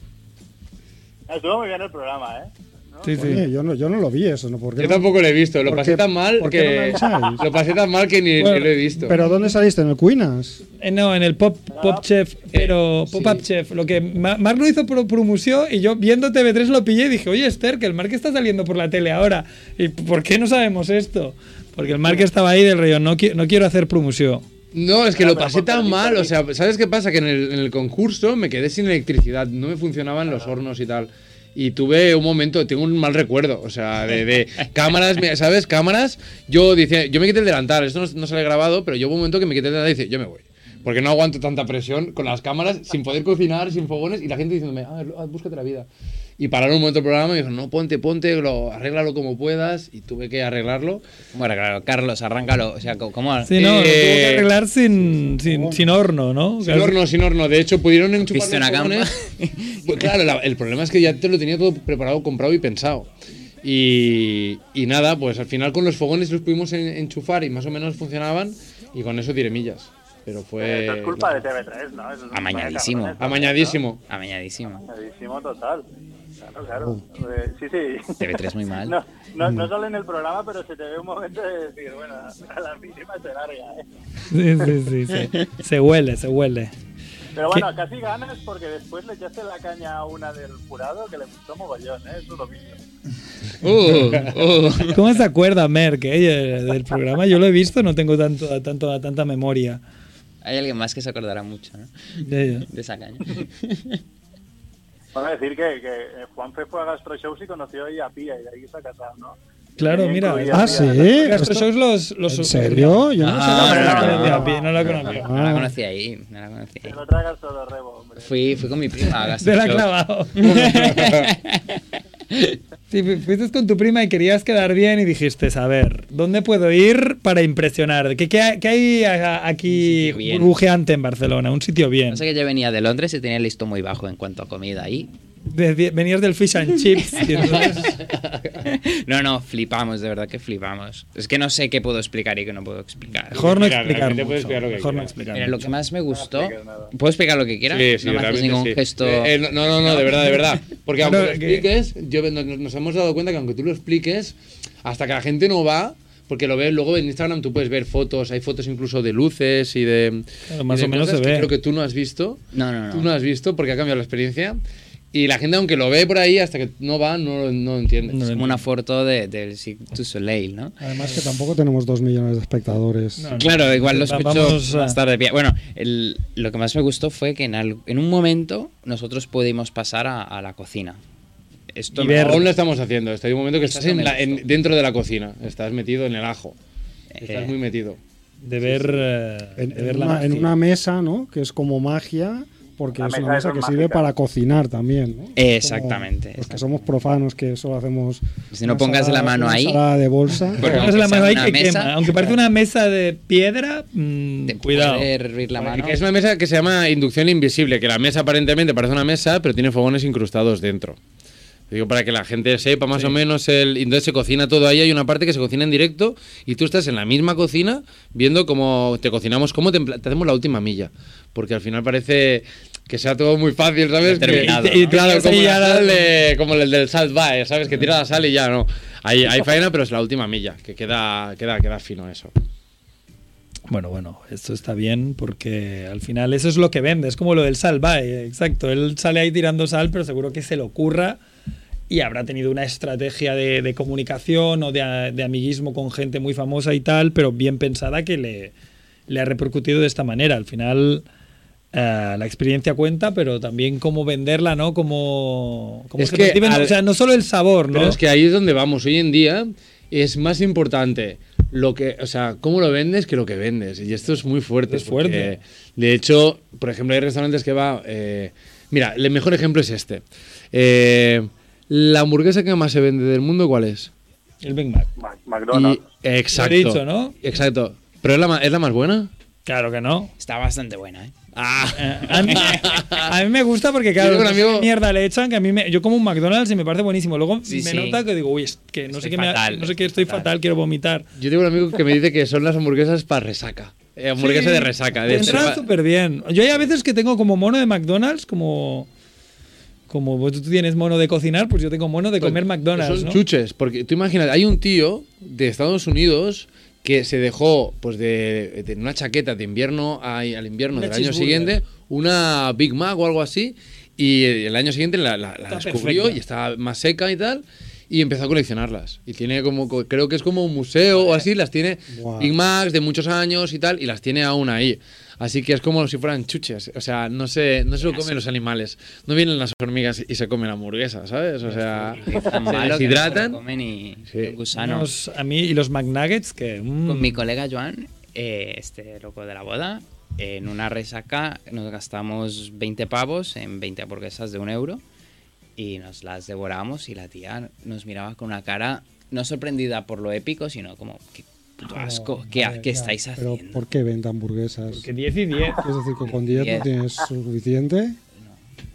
Estuvo muy bien el programa, ¿eh? ¿No? Sí, sí. Oye, yo, no, yo no lo vi eso, ¿no? ¿Por qué Yo no? tampoco lo he visto. Lo ¿Por pasé qué- tan mal por qué no me que. avisáis? Lo pasé tan mal que ni, ni Bueno, lo he visto. ¿Pero dónde saliste? ¿En el Cuinas? Eh, no, en el Pop, pop Chef, pero Pop Up Chef. Lo que Ma- Marc lo hizo por promoción y yo viendo TV3 lo pillé y dije, oye Esther, que el Marc está saliendo por la tele ahora. ¿Y por qué no sabemos esto? Porque el Marc estaba ahí del rollo, no, qui- no quiero hacer promoción. No, es que No, lo pero pasé por tan perdí, mal, o perdí. sea, ¿sabes qué pasa? Que en el, en el concurso me quedé sin electricidad, no me funcionaban los hornos y tal. Y tuve un momento, tengo un mal recuerdo, o sea, de, de cámaras, mira, ¿sabes? Cámaras, yo dice, yo me quité el delantal, esto no, no sale grabado, pero yo hubo un momento que me quité el delantal y dice, yo me voy. Porque no aguanto tanta presión con las cámaras, sin poder cocinar, sin fogones, y la gente diciéndome, ah, ah, búscate la vida. Y pararon un momento el programa y me dijeron, no, ponte, ponte, lo, arréglalo como puedas, y tuve que arreglarlo. Bueno, claro, Carlos, arráncalo. O sea, co- ¿cómo? Sí, no, lo tuvo que Eh, arreglar sin, sin, sin horno, ¿no? Sin horno, sin horno. De hecho, pudieron enchufar Viste los una gamba. fogones. Pues claro, la- el problema es que ya te lo tenía todo preparado, comprado y pensado. Y, y nada, pues al final con los fogones los pudimos en- enchufar y más o menos funcionaban. Y con eso tiré millas. Pero fue. Eso es Eh, culpa de TV3, ¿no? Eso es un Pues, Amañadísimo. tema de cabrones, Amañadísimo. Amañadísimo. ¿no? Amañadísimo total. Claro, claro. Eh, sí, sí. TV3 muy mal. Mm. No, no, no sale en el programa, pero se te ve un momento de decir, bueno, a la mínima se larga, ¿eh? Sí, sí, sí, sí. Se huele, se huele. Pero bueno, casi ganas porque después le echaste la caña a una del jurado que le gustó mogollón, ¿eh? Eso lo he visto. Uh, ¿Cómo se acuerda Merck eh, del programa? Yo lo he visto, no tengo tanto, tanto, tanta memoria. Hay alguien más que se acordará mucho, ¿no? Ya, Eh, ya. De esa caña. Van a decir que, que Juanfe fue a Gastro Shows y conoció ahí a Pía y de ahí se ha casado, ¿no? Claro, mira. incluía Ah, a Pía. sí. Gastro Shows los, los- ¿En serio? Yo no Ah, sé. Ah. no la no, conocía, no. Pi, no la conocía. No Ah. la conocí ahí, no la conocí ahí. Fui, fui con mi prima a Gastro Te la ha Show. clavado. Sí, fu- fuiste con tu prima y querías quedar bien y dijiste, a ver, ¿dónde puedo ir para impresionar? ¿Qué, qué hay- qué hay a- aquí sitio bien. burbujeante en Barcelona? Un sitio bien. No sé que yo venía de Londres y tenía el listo muy bajo en cuanto a comida ahí. Desde- venías del fish and chips y entonces... No, no, flipamos, de verdad que flipamos. Es que no sé qué puedo explicar y qué no puedo explicar. Mejor no Mira, explicar realmente puedes mucho, explicar lo que mejor no quieras. explicar Mira, lo que mucho. más me gustó... ¿Puedo explicar lo que quiera? Sí, sí, no me haces realmente ningún sí. gesto... Eh, eh, no, no, no, de verdad, de verdad. Porque aunque No, lo que- expliques, yo, no- no- nos hemos dado cuenta que aunque tú lo expliques, hasta que la gente no va, porque lo ves luego en Instagram, tú puedes ver fotos, hay fotos incluso de luces y de. Claro, más y de o menos cosas se que ve. Creo que tú no has visto. No, no, no. Tú no has visto porque ha cambiado la experiencia. Y la gente, aunque lo ve por ahí, hasta que no va, no, no entiende. Es como una foto de- del Cirque du Soleil, ¿no? Además que tampoco tenemos dos millones de espectadores. Claro, igual lo Va- escucho vamos a- más tarde. Bien, Bueno, el- lo que más me gustó fue que en, al- en un momento nosotros pudimos pasar a, a la cocina. Esto Y me- ver- Aún lo estamos haciendo. Está hay un momento que Esto estás en me la- en- gustó. dentro de la cocina, estás metido en el ajo. Estás Eh, muy metido. De ver, eh, En, de ver en la una, en magia. una mesa, ¿no? Que es como magia, porque La es una mesa mesa es que mágica. sirve para cocinar también, ¿no? Exactamente, Como Los que exactamente. somos profanos, que solo hacemos. Si no una pongas la mano una ahí. ensalada de bolsa. Porque Pones la aunque sea mano ahí una que mesa, quema. Aunque parece una mesa de piedra, mm, te cuidado. puede hervir la mano. Es una mesa que se llama inducción invisible, que la mesa aparentemente parece una mesa, pero tiene fogones incrustados dentro. Digo, para que la gente sepa más o menos el... Entonces se cocina todo ahí, hay una parte que se cocina en directo y tú estás en la misma cocina viendo cómo te cocinamos, cómo te, empla- te hacemos la última milla. Porque al final parece que sea todo muy fácil, ¿sabes? Que- Determinado, y, y ¿no? claro, Sí, como, ya la la- sal de- como el del salt bae, ¿sabes? Que tira la sal y ya no. Hay, hay faena, pero es la última milla, que queda, queda, queda fino eso. Bueno, bueno, esto está bien porque al final eso es lo que vende, es como lo del sal, va, eh, exacto. Él sale ahí tirando sal, pero seguro que se le ocurra y habrá tenido una estrategia de, de comunicación o de, a- de amiguismo con gente muy famosa y tal, pero bien pensada que le, le ha repercutido de esta manera. Al final eh, la experiencia cuenta, pero también cómo venderla, ¿no? Cómo, cómo Es se que percibe, ¿no? al- o sea, no solo el sabor, ¿no? Pero es que ahí es donde vamos. Hoy en día es más importante lo que, o sea, cómo lo vendes que lo que vendes. Y esto es muy fuerte. Es fuerte. porque, De hecho, por ejemplo, hay restaurantes que va. eh, mira, el mejor ejemplo es este. Eh, la hamburguesa que más se vende del mundo, ¿cuál es? El Big Mac. Mac- McDonald's. Y- exacto. dicho, ¿no? Exacto. Pero es la, ma- es la más buena. Claro que no. Está bastante buena, ¿eh? Ah. A mí, a mí me gusta porque, Yo claro, tengo un no sé qué amigo- mierda le echan, que a mí me, yo como un McDonald's y me parece buenísimo. Luego Sí, me sí. nota que digo, uy, es que no sé Estoy qué me ha- fatal, no sé qué, estoy estoy fatal, fatal. quiero vomitar. Yo tengo un amigo que me dice que son las hamburguesas para resaca. Eh, hamburguesa de resaca. de- Entran súper bien. Yo hay a veces que tengo como mono de McDonald's, como como vos- tú tienes mono de cocinar, pues yo tengo mono de comer McDonald's, Son ¿no? chuches, porque tú imaginas, hay un tío de Estados Unidos que se dejó, pues, de, de una chaqueta de invierno a- al invierno Una del año cheeseburger. siguiente, una Big Mac o algo así, y el año siguiente la, la- la Está descubrió perfecta. y estaba más seca y tal. Y empezó a coleccionarlas. Y tiene como, co- creo que es como un museo o así, las tiene Guau. Big Macs de muchos años y tal, y las tiene aún ahí. Así que es como si fueran chuches. O sea, no se, no se lo comen los animales. No vienen las hormigas y se comen hamburguesas, ¿sabes? O sea, Que es tan Ah. se malo que no se lo deshidratan. comen y Sí. y un gusano. Unos- a mí y los McNuggets que mm, Con mi colega Joan, eh, este loco de la boda, en una resaca nos gastamos 20 pavos en 20 hamburguesas de un euro y nos las devoramos y la tía nos miraba con una cara no sorprendida por lo épico, sino como, qué puto asco, ¿qué, Vale, qué ya, estáis Oh, Pero haciendo? ¿por qué venta hamburguesas? que 10 y 10. Es decir, que con 10 Diez. no tienes suficiente.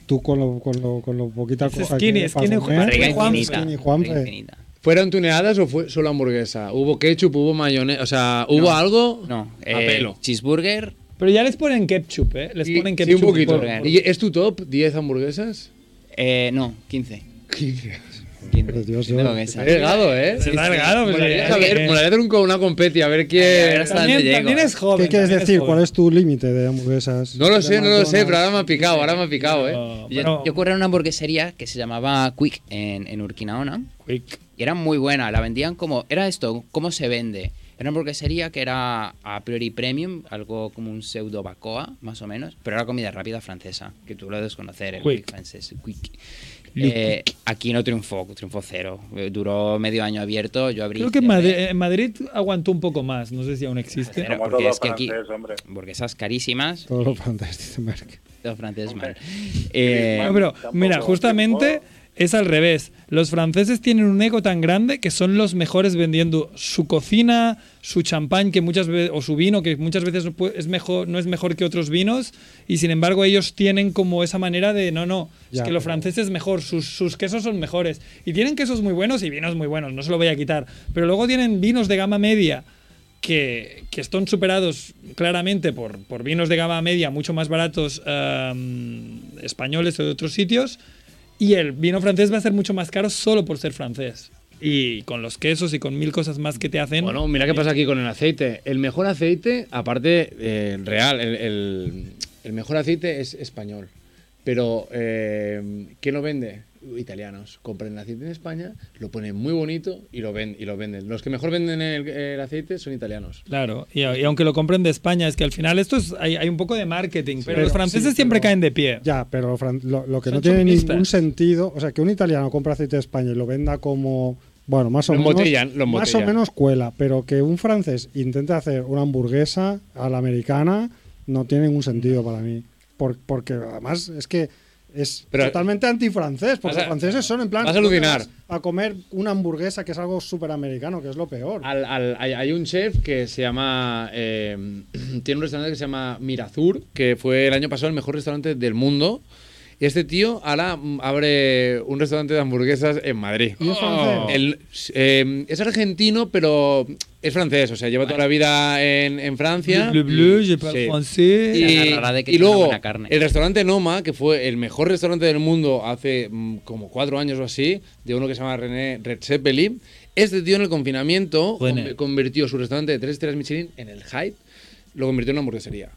Tú con lo, con lo, con lo poquita Es cosa skinny, que- para skinny, comer, skinny, barriga Barriga Juanfe. infinita. skinny, barriga Juanfe. infinita. ¿Fueron tuneadas o fue solo hamburguesa? ¿Hubo ketchup, hubo mayonesa? O sea, ¿hubo No, algo? No, A eh, pelo. cheeseburger, Pero ya les ponen ketchup, ¿eh? Les Y- ponen sí, ketchup. un poquito. por- por- ¿Y ¿Es tu top 10 hamburguesas? eh, no, 15. Pero Dios, Yo tengo yo- que esa- delgado, ¿eh? Sí, sí. Molaría saber- molaría tener un- una competi, a ver quién. ¿Qué quieres decir? ¿Cuál es tu límite de hamburguesas? No lo sé, no lo McDonald's? sé, pero ahora me ha picado, ahora me ha picado, Yo, ¿eh? yo curré en una hamburguesería que se llamaba Quick en, en Urquinaona. Quick. Y era muy buena, la vendían como. Era esto, ¿cómo se vende? Era una hamburguesería que era a priori premium, algo como un pseudo bacoa, más o menos, pero era comida rápida francesa, que tú lo debes conocer, el Quick. Quick francés, el Quick. Le Eh, aquí no triunfó, triunfó cero. Eh, Duró medio año abierto, yo abrí. Creo que en cerré. Madrid, en Madrid aguantó un poco más, no sé si aún existe. Era porque es que aquí, eh, porque esas carísimas, Todo lo francés, dice Merck. los franceses mal. Eh, no, pero mira, justamente es al revés. Los franceses tienen un ego tan grande que son los mejores vendiendo su cocina, su champán que muchas veces o su vino que muchas veces no pu- es mejor no es mejor que otros vinos y sin embargo ellos tienen como esa manera de no no Ya, es que lo francés es mejor sus, sus quesos son mejores y tienen quesos muy buenos y vinos muy buenos no se lo voy a quitar pero luego tienen vinos de gama media que, que están superados claramente por, por vinos de gama media mucho más baratos ehm, españoles o de otros sitios y el vino francés va a ser mucho más caro solo por ser francés y con los quesos y con mil cosas más que te hacen Bueno, mira qué pasa aquí con el aceite. El mejor aceite, aparte, eh, real, el, el- el mejor aceite es español. Pero, eh, ¿quién lo vende? Italianos. Compran el aceite en España, lo ponen muy bonito y lo, ven, y lo venden. Los que mejor venden el, el aceite son italianos. Claro, y, y aunque lo compren de España, es que al final esto es, hay, hay un poco de marketing, pero, pero- los franceses sí, siempre caen de pie. Ya, pero lo fran- lo, lo que no Son tiene chupistas. ningún sentido, o sea, que un italiano compre aceite de España y lo venda como, bueno, más o Lo menos, embotellan, lo más o embotellan. menos cuela, pero que un francés intente hacer una hamburguesa a la americana no tiene ningún sentido para mí, Por- porque además es que es Pero- totalmente antifrancés, porque Vas a- los franceses son en plan vas a tú no te alucinar. vas a comer una hamburguesa que es algo súper americano, que es lo peor. Al- al- hay, hay un chef que se llama. eh, tiene un restaurante que se llama Mirazur, que fue el año pasado el mejor restaurante del mundo. Y este tío ahora mm, abre un restaurante de hamburguesas en Madrid. ¿Y es francés? El- eh, es argentino, pero es francés. O sea, lleva toda la vida en, en Francia. Le bleu, je parle Sí. français. Y, Se agarrará de que y tiene luego, buena carne. el restaurante Noma, que fue el mejor restaurante del mundo hace mm, como cuatro años o así, de uno que se llama René Red Zeppelin, este tío en el confinamiento René. conv- convirtió su restaurante de tres estrellas Michelin en el Hype, lo convirtió en una hamburguesería.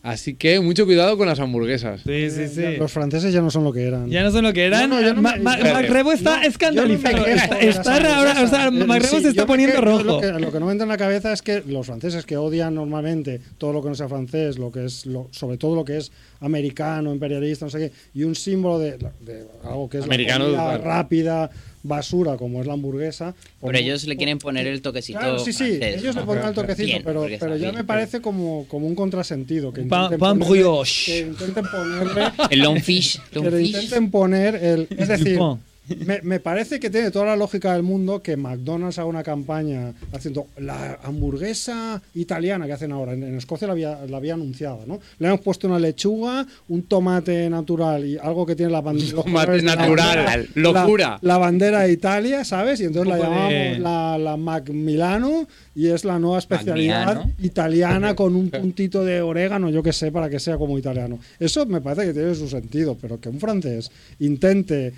Así que mucho cuidado con las hamburguesas. Sí, sí, sí. Los franceses ya no son lo que eran. Ya no son lo que eran. No, no, yo no Ma- me- Ma- yo- Macrebo Pues está escandalizado. está está ahora, o sea, Macrebo se está poniendo rojo. Lo que, lo que no me entra en la cabeza es que los franceses que odian normalmente todo lo que no sea francés, lo que es lo- sobre todo lo que es americano, imperialista, no sé qué, y un símbolo de, de algo que es la Americano, comida claro. rápida, basura, como es la hamburguesa. Pero ellos le quieren poner el toquecito. Claro, sí, sí, francés, ellos le ¿no? ponen al toquecito, Bien, pero, porque está pero ya bien. me parece como, como un contrasentido. Que Pan- intenten pan ponerle- brioche. que intenten ponerle El long fish. que long le fish. intenten poner el. Es decir, Dupont. me, me parece que tiene toda la lógica del mundo que McDonald's haga una campaña haciendo la hamburguesa italiana que hacen ahora. En, en Escocia la había, la había anunciado, ¿no? Le hemos puesto una lechuga, un tomate natural y algo que tiene la bandera. Tomate natural, locura. La, bandera de Italia, ¿sabes? Y entonces la Un poco llamamos de- la, la Mac Milano y es la nueva especialidad Milano. italiana con un puntito de orégano, yo que sé, para que sea como italiano. Eso me parece que tiene su sentido, pero que un francés intente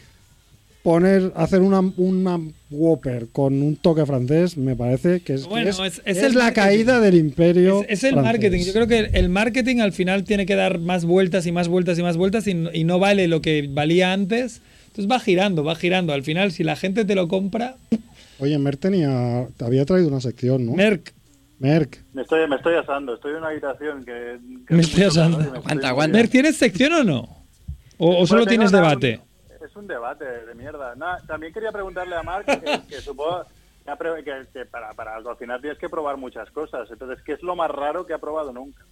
poner, hacer una, una Whopper con un toque francés, me parece que es, Bueno, es, es- es es el la marketing. caída del imperio. Es, es el francés. marketing. Yo creo que el marketing al final tiene que dar más vueltas y más vueltas y más vueltas y, no- y no vale lo que valía antes. Entonces va girando, va girando. Al final, si la gente te lo compra, Oye, Merck tenía, te había traído una sección, ¿no? Merck, Merck. Me estoy, me estoy asando, estoy en una habitación que... que Me hace estoy mucho calor asando. y me estoy Aguanta, muriendo. aguanta. Merck, ¿tienes sección o no? ¿O, o solo Bueno, tienes tengo nada, debate? un- es un debate de mierda. No, también quería preguntarle a Marc, que, que supongo que, ha pre- que- que para, para cocinar tienes que probar muchas cosas. Entonces, ¿qué es lo más raro que ha probado nunca?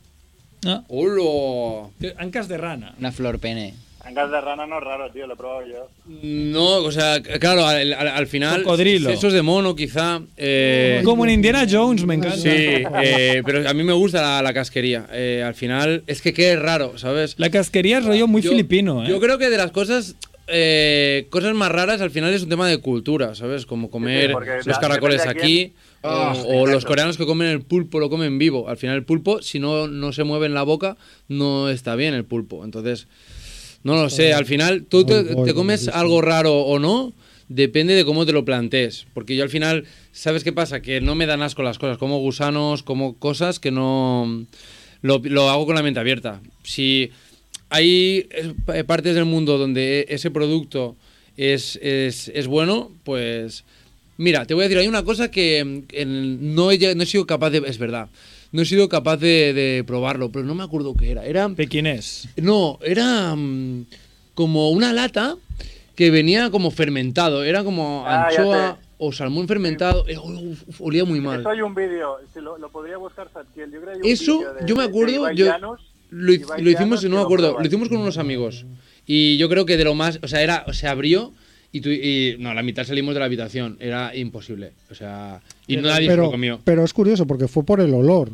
Ah, ¡Hola! Ancas de rana. Una flor pene. Angas de rana no es raro, tío, lo he probado yo. No, o sea, claro, al, al- al final. Cocodrilo. Sesos de mono, quizá. eh, Como en Indiana Jones, me encanta. Sí, eh, pero a mí me gusta la, la casquería. Eh, al final, es que qué raro, ¿sabes? La casquería es rollo muy Yo- filipino, ¿eh? Yo creo que de las cosas. eh, cosas más raras al final es un tema de cultura, ¿sabes? Como comer Sí, porque los la- caracoles depende a aquí o, Ah, o los exacto. coreanos que comen el pulpo lo comen vivo. Al final el pulpo, si no, no se mueve en la boca, no está bien el pulpo. Entonces, no lo sé, al final tú te, Voy, voy, te comes voy, sí. algo raro o no, depende de cómo te lo plantees. Porque yo al final, ¿sabes qué pasa? Que no me dan asco las cosas, como gusanos, como cosas que no... Lo, lo hago con la mente abierta. Si hay eh, partes del mundo donde e-, ese producto es, es, es bueno, pues... Mira, te voy a decir, hay una cosa que mm, en- no, he, lleg- no he sido capaz de... Es verdad. No he sido capaz de, de probarlo, pero no me acuerdo qué era. Era... Pequinés. No, era mm, como una lata que venía como fermentado. Era como Ah, ya anchoa sé. o salmón fermentado. Eh, uf, uf, olía muy mal. Eso hay un vídeo, si lo, lo podría buscar Santiel. Yo creo que hay un Eso, vídeo de- yo me de acuerdo, Ibai yo- Llanos. lo, hi- Ibai lo hicimos, no Llanos que me lo acuerdo, prueba. lo hicimos con unos amigos. Y yo creo que de lo más, o sea, era, o se abrió y, tu- y- no, la mitad salimos de la habitación, era imposible, o sea, y nadie se lo pero, comió. pero es curioso porque fue por el olor.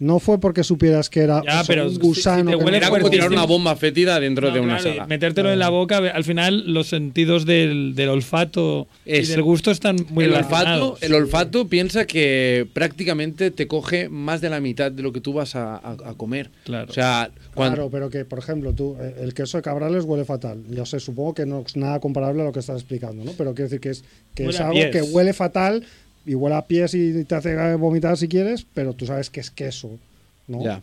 No fue porque supieras que era o sea, un gusano. que era no- como tirar una bomba fétida dentro de una Claro, y sala. metértelo en la boca, al final los sentidos del, del olfato Es- y del gusto están muy el relacionados. olfato, el olfato piensa que prácticamente te coge más de la mitad de lo que tú vas a, a- a comer. O sea, cuando, Claro, pero que, por ejemplo, tú, eh, el queso de cabrales huele fatal. Yo sé, supongo que no es nada comparable a lo que estás explicando, ¿no? Pero quiero decir que es, que Huele es a algo pies. que huele fatal y huele a pies y te hace eh, vomitar si quieres, pero tú sabes que es queso, ¿no? Ya.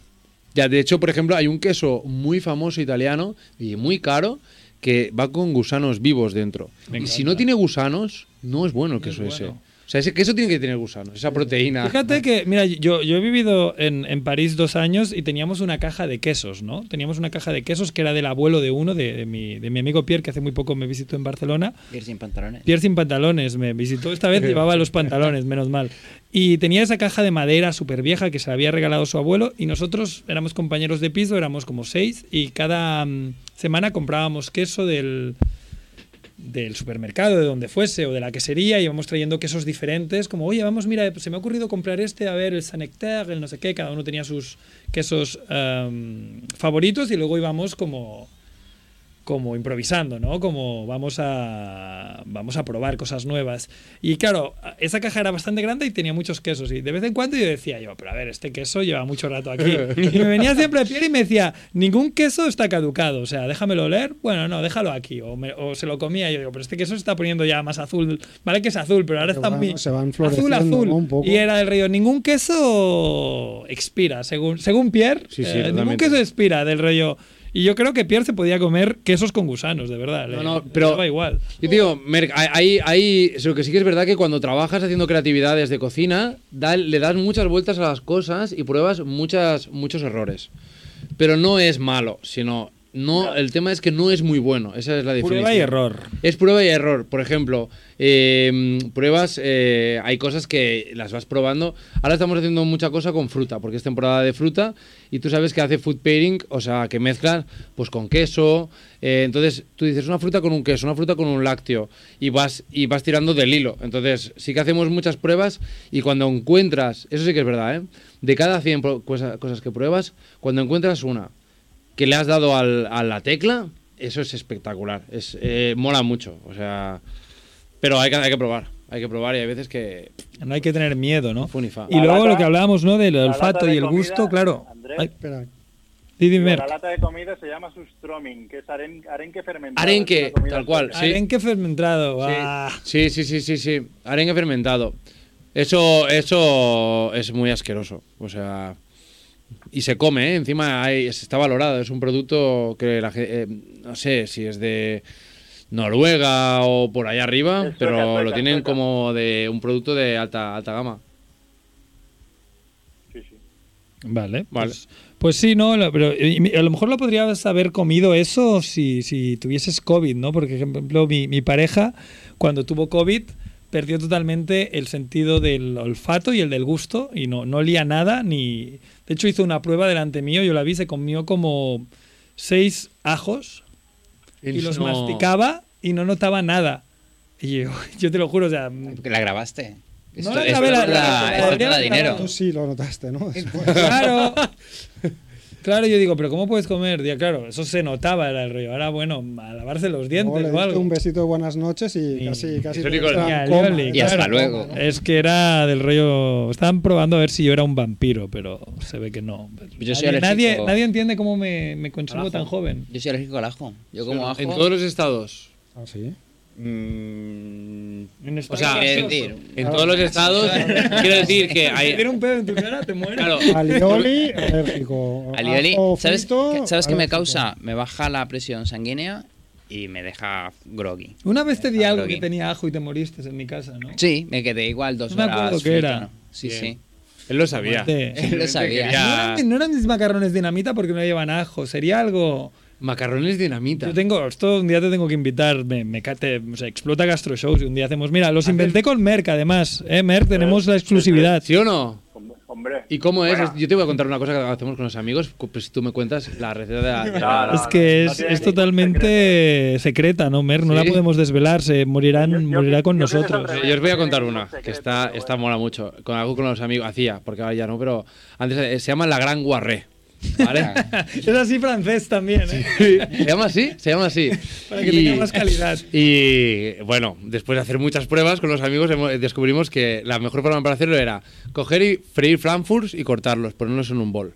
Ya, de hecho, por ejemplo, hay un queso muy famoso italiano y muy caro que va con gusanos vivos dentro. Me y si encanta. no tiene gusanos, no es bueno el queso ese. O sea, ese queso tiene que tener gusanos, esa proteína. Fíjate que, mira, yo, yo he vivido en, en París dos años y teníamos una caja de quesos, ¿no? Teníamos una caja de quesos que era del abuelo de uno, de, de mi, de mi amigo Pierre, que hace muy poco me visitó en Barcelona. Ir sin pantalones. Pierre sin pantalones me visitó. Esta vez llevaba los pantalones, menos mal. Y tenía esa caja de madera súper vieja que se la había regalado su abuelo. Y nosotros éramos compañeros de piso, éramos como seis. Y cada mm, semana comprábamos queso del, del supermercado, de donde fuese, o de la quesería, y íbamos trayendo quesos diferentes, como, oye, vamos, mira, se me ha ocurrido comprar este, a ver, el Sanecter, el no sé qué, cada uno tenía sus quesos em, favoritos, y luego íbamos como, como improvisando, ¿no? Como vamos a, vamos a probar cosas nuevas. Y claro, esa caja era bastante grande y tenía muchos quesos, y de vez en cuando yo decía yo, pero a ver, este queso lleva mucho rato aquí. Y me venía siempre Pierre y me decía, ningún queso está caducado, o sea, déjamelo leer, bueno, no, déjalo aquí, o, me- o se lo comía, yo digo, pero este queso se está poniendo ya más azul, vale que es azul, pero ahora Se está van- muy se van azul, floreciendo, azul. ¿no? Un poco. Y era del río, ningún queso expira, según, según Pierre, Sí, sí, eh, ningún totalmente. queso expira del rollo. Y yo creo que Pierre se podía comer quesos con gusanos, de verdad. le- No, no, le pero- daba igual. Yo te digo, Merck, hay, hay, hay- eso que sí que es verdad que cuando trabajas haciendo creatividades de cocina, da- le das muchas vueltas a las cosas y pruebas muchas, muchos errores. Pero no es malo, sino no, el tema es que no es muy bueno. Esa es la definición. Prueba y error. Es prueba y error. Por ejemplo, eh, pruebas, eh, hay cosas que las vas probando. Ahora estamos haciendo mucha cosa con fruta, porque es temporada de fruta y tú sabes que hace food pairing, o sea, que mezclas pues con queso. eh, entonces tú dices una fruta con un queso, una fruta con un lácteo y vas y vas tirando del hilo. Entonces sí que hacemos muchas pruebas y cuando encuentras, eso sí que es verdad, ¿eh? de cada 100 pro- cosa- cosas que pruebas, cuando encuentras una que le has dado al- a la tecla, eso es espectacular. Es, eh, mola mucho. O sea, pero hay que, hay que probar. Hay que probar y hay veces que. No hay que tener miedo, ¿no? Funifa. Y luego lata- lo que hablábamos, ¿no? Del la olfato lata de y el comida, gusto, claro. Andrés, Ay, espera. di, di, Merck. La lata de comida se llama sustroming, que es aren- arenque fermentado. Arenque, es una comida tal cual. sueca. Sí. Arenque fermentado. Sí. ah. Sí, sí, sí, sí, sí. Arenque fermentado. Eso, eso es muy asqueroso. O sea. Y se come, ¿eh? encima hay- está valorado. Es un producto que la ge- eh, no sé si es de Noruega o por allá arriba, Es sueca, pero lo sueca, tienen sueca. como de un producto de alta, alta gama. Sí, sí. Vale. Vale. Pues, pues sí, ¿no? Lo- Pero, y mi- a lo mejor lo podrías haber comido eso si, si tuvieses COVID, ¿no? Porque, por ejemplo, mi, mi pareja, cuando tuvo COVID, perdió totalmente el sentido del olfato y el del gusto y no, no olía nada ni... De hecho, hizo una prueba delante mío, yo la vi, se comió como seis ajos y los No. masticaba y no notaba nada. Y yo, yo te lo juro, o sea... Porque la grabaste. Esto, la esto grabé, la- es la- esto es podría da haber dinero. Tú sí lo notaste, ¿no? Después. Claro. Claro, yo digo, pero ¿cómo puedes comer? Digo, claro, eso se notaba era el rollo. Ahora, bueno, a lavarse Luego los le dientes o diste un algo. besito de buenas noches y casi, casi Eso te ni con- entra en Oli, coma, oli, ¿no? Y hasta claro. luego. Es que era del rollo. Estaban probando a ver si yo era un vampiro, pero se ve que no. Yo soy nadie, alérgico. nadie, nadie entiende cómo me, me conservo tan joven. Yo soy alérgico al ajo. Yo como ajo. En todos los estados. Ah, sí. Mm, o España sea, es quiero gracioso. decir, en Ah. todos los estados, quiero decir que Si te hay. tiene un pedo en tu cara, te mueres. Claro. Alioli, alérgico. Alioli, Ajo ¿sabes, frito, que- ¿sabes qué me alérgico. causa? Me baja la presión sanguínea y me deja groggy. Una vez te di algo que Halloween. tenía ajo y te moriste en mi casa, ¿no? Ah, Sí, me quedé igual dos No me horas. acuerdo qué frito, era. ¿no? Sí, Bien. sí. Él lo sabía. Aguante. Él lo sabía. No eran, no eran mis macarrones dinamita porque no llevan ajo. Sería algo. Macarrones dinamita. Yo tengo. Esto un día te tengo que invitar. Me, me cate, o sea, explota gastro shows y un día hacemos. Mira, los inventé con Merck además. ¿Eh, Merck? Tenemos la exclusividad. ¿Sí o no? Hombre. ¿Y cómo es? Bueno. Yo te voy a contar una cosa que hacemos con los amigos, cu- pues si tú me cuentas la receta de la... de la- es que es, es totalmente secreta, ¿no, Merck? No la Sí. podemos desvelar. Se morirán, morirá con nosotros. Eh, Yo os voy a contar una que está, está mola mucho, con algo con los amigos, hacía, porque ahora ya no, pero antes eh, se llama La Gran Guarré. ¿Vale? Es así francés también, ¿eh? ¿Se llama así? Se llama así. Para que tenga más calidad. Y bueno, después de hacer muchas pruebas con los amigos, hemos- descubrimos que la mejor forma para hacerlo era coger y freír frankfurts y cortarlos, ponerlos en un bol.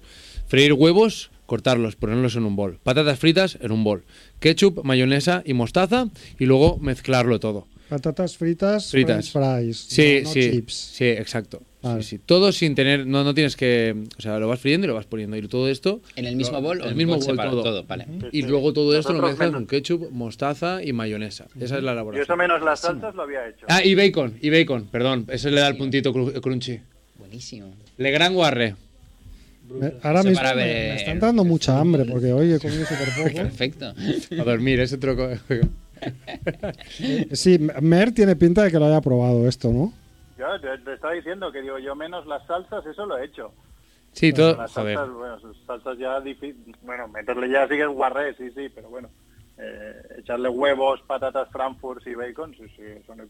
Freír huevos, cortarlos, ponerlos en un bol. Patatas fritas en un bol. Ketchup, mayonesa y mostaza y luego mezclarlo todo. Patatas fritas, Fritas. french fries. Sí, no- no sí, chips. sí, exacto. Vale. Sí, sí. Todo sin tener, no, no tienes que, o sea, lo vas friendo y lo vas poniendo y todo esto ¿En el mismo lo- bol o el en mismo bol bol separado? todo. Todo, vale. Y luego todo esto lo Nosotros mezclas menos. con ketchup, mostaza y mayonesa. Esa es la Yo elaboración. eso menos las salsas lo había hecho. Ah, y bacon, y bacon, perdón, eso le da el puntito cru- crunchy. Buenísimo. Le Gran Guarre. Me- ahora Eso mismo para me, me ver. están dando mucha hambre porque hoy he comido súper poco. Perfecto. A dormir, ese truco. Sí, Mer tiene pinta de que lo haya probado esto, ¿no? Yo te, te estaba diciendo que digo, yo menos las salsas, eso lo he hecho. Sí, todo. Las Joder. salsas, bueno, sus salsas ya difícil. Bueno, meterle ya sí que es guarré, sí, sí, pero bueno. eh, echarle huevos, patatas frankfurts y bacon, sí, sí, eso no hay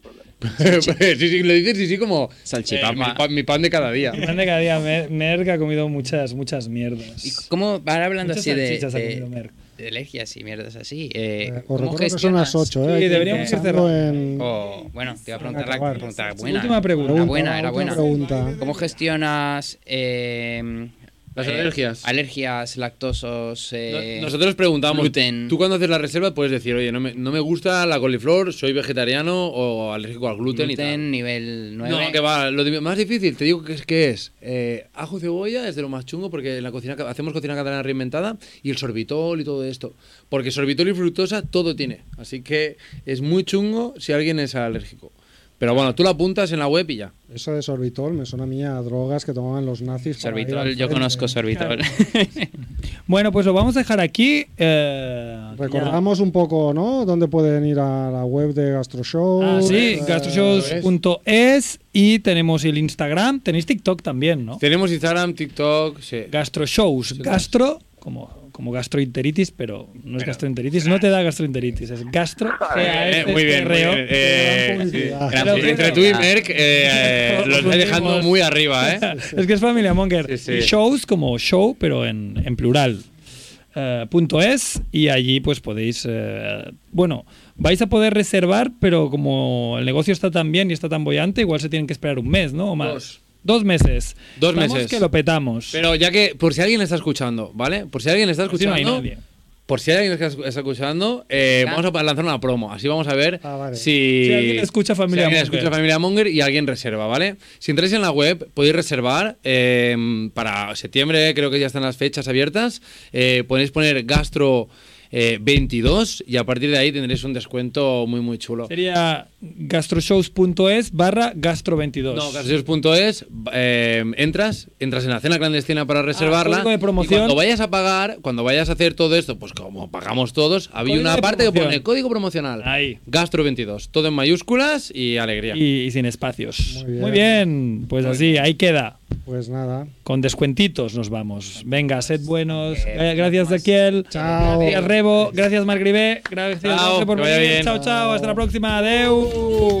problema. sí, sí, lo dices, sí, sí, como. Salchipapa. eh, mi, pan, mi pan de cada día. Me manda cada día Mer- Merck ha comido muchas, muchas mierdas. ¿Y cómo van hablando Muchas así de, salchichas ha de, comido Merck. de alergias y mierdas así? eh, Eh, os ¿Cómo recuerdo que son las gestionas? Oh. 8, ¿eh? Sí, Hay que ir deberíamos ir pensando cerrando. en- O, bueno, te iba a preguntar la acabar. pregunta Sí, buena. última pregunta. Era buena, va, era última buena. pregunta. ¿Cómo gestionas eh, Las eh, alergias. Alergias, lactosos, eh, No- Nosotros preguntamos, gluten. tú cuando haces la reserva puedes decir, oye, no me, no me gusta la coliflor, soy vegetariano o alérgico al gluten, y tal. gluten nivel 9. No, que va, lo di- más difícil, te digo que es, que es eh, ajo y cebolla es de lo más chungo porque en la cocina ca- hacemos cocina catalana reinventada y el sorbitol y todo esto. Porque sorbitol y fructosa todo tiene, así que es muy chungo si alguien es alérgico. Pero bueno, tú la apuntas en la web y ya. Eso de sorbitol me suena a mí a drogas que tomaban los nazis. para ir al Sorbitol, yo frente. conozco sorbitol. Bueno, pues lo vamos a dejar aquí. eh, Recordamos un poco, ¿no? Dónde pueden ir a la web de GastroShow. Ah, sí, eh, gastroshows.es y tenemos el Instagram. Tenéis TikTok también, ¿no? Tenemos Instagram, TikTok, sí. Gastroshows. Gastro, como, como gastroenteritis, pero no es gastroenteritis, no te da gastroenteritis, es gastro. Eh, este muy bien, muy bien. Eh, gran sí. publicidad. Gran- Pero sí, entre bueno. tú y Merck eh, Os lo estáis dejando unimos. muy arriba, ¿eh? Es que es familia Sí, Monger. sí. Y Shows como show, pero en, en plural. eh, punto es y allí pues podéis eh, bueno vais a poder reservar pero como el negocio está tan bien y está tan bollante igual se tienen que esperar un mes no o más Dos. Dos meses Dos Vamos meses. que lo petamos Pero ya que, por si alguien está escuchando, ¿vale? Por si alguien está Así no escuchando, hay nadie. por si alguien está escuchando, eh, Ya. vamos a lanzar una promo. Así vamos a ver Ah, vale. si, Si alguien escucha Familia si alguien Monger. escucha Familia Monger y alguien reserva, ¿vale? Si entráis en la web, podéis reservar eh, para septiembre, creo que ya están las fechas abiertas. Eh, podéis poner gastro. eh, 22 y a partir de ahí tendréis un descuento muy muy chulo. Sería gastroshows.es barra gastro22. No, gaseos.es, eh, entras, entras en la cena clandestina para reservarla. código Ah, de promoción. Y cuando vayas a pagar, cuando vayas a hacer todo esto, pues como pagamos todos, había Código una de parte que promoción. pone código promocional. Ahí. Gastro22, todo en mayúsculas y alegría. y, y sin Muy espacios. bien. Muy bien, pues así, ahí queda. Pues nada. Con descuentitos nos vamos. Venga, sed buenos. Eh, gracias, Ezequiel. Chao. Gracias, Rebo. Gracias, Margribé. Gracias, Chao, José, por que vaya venir. bien. Chao, chao. Hasta la próxima. Adeu.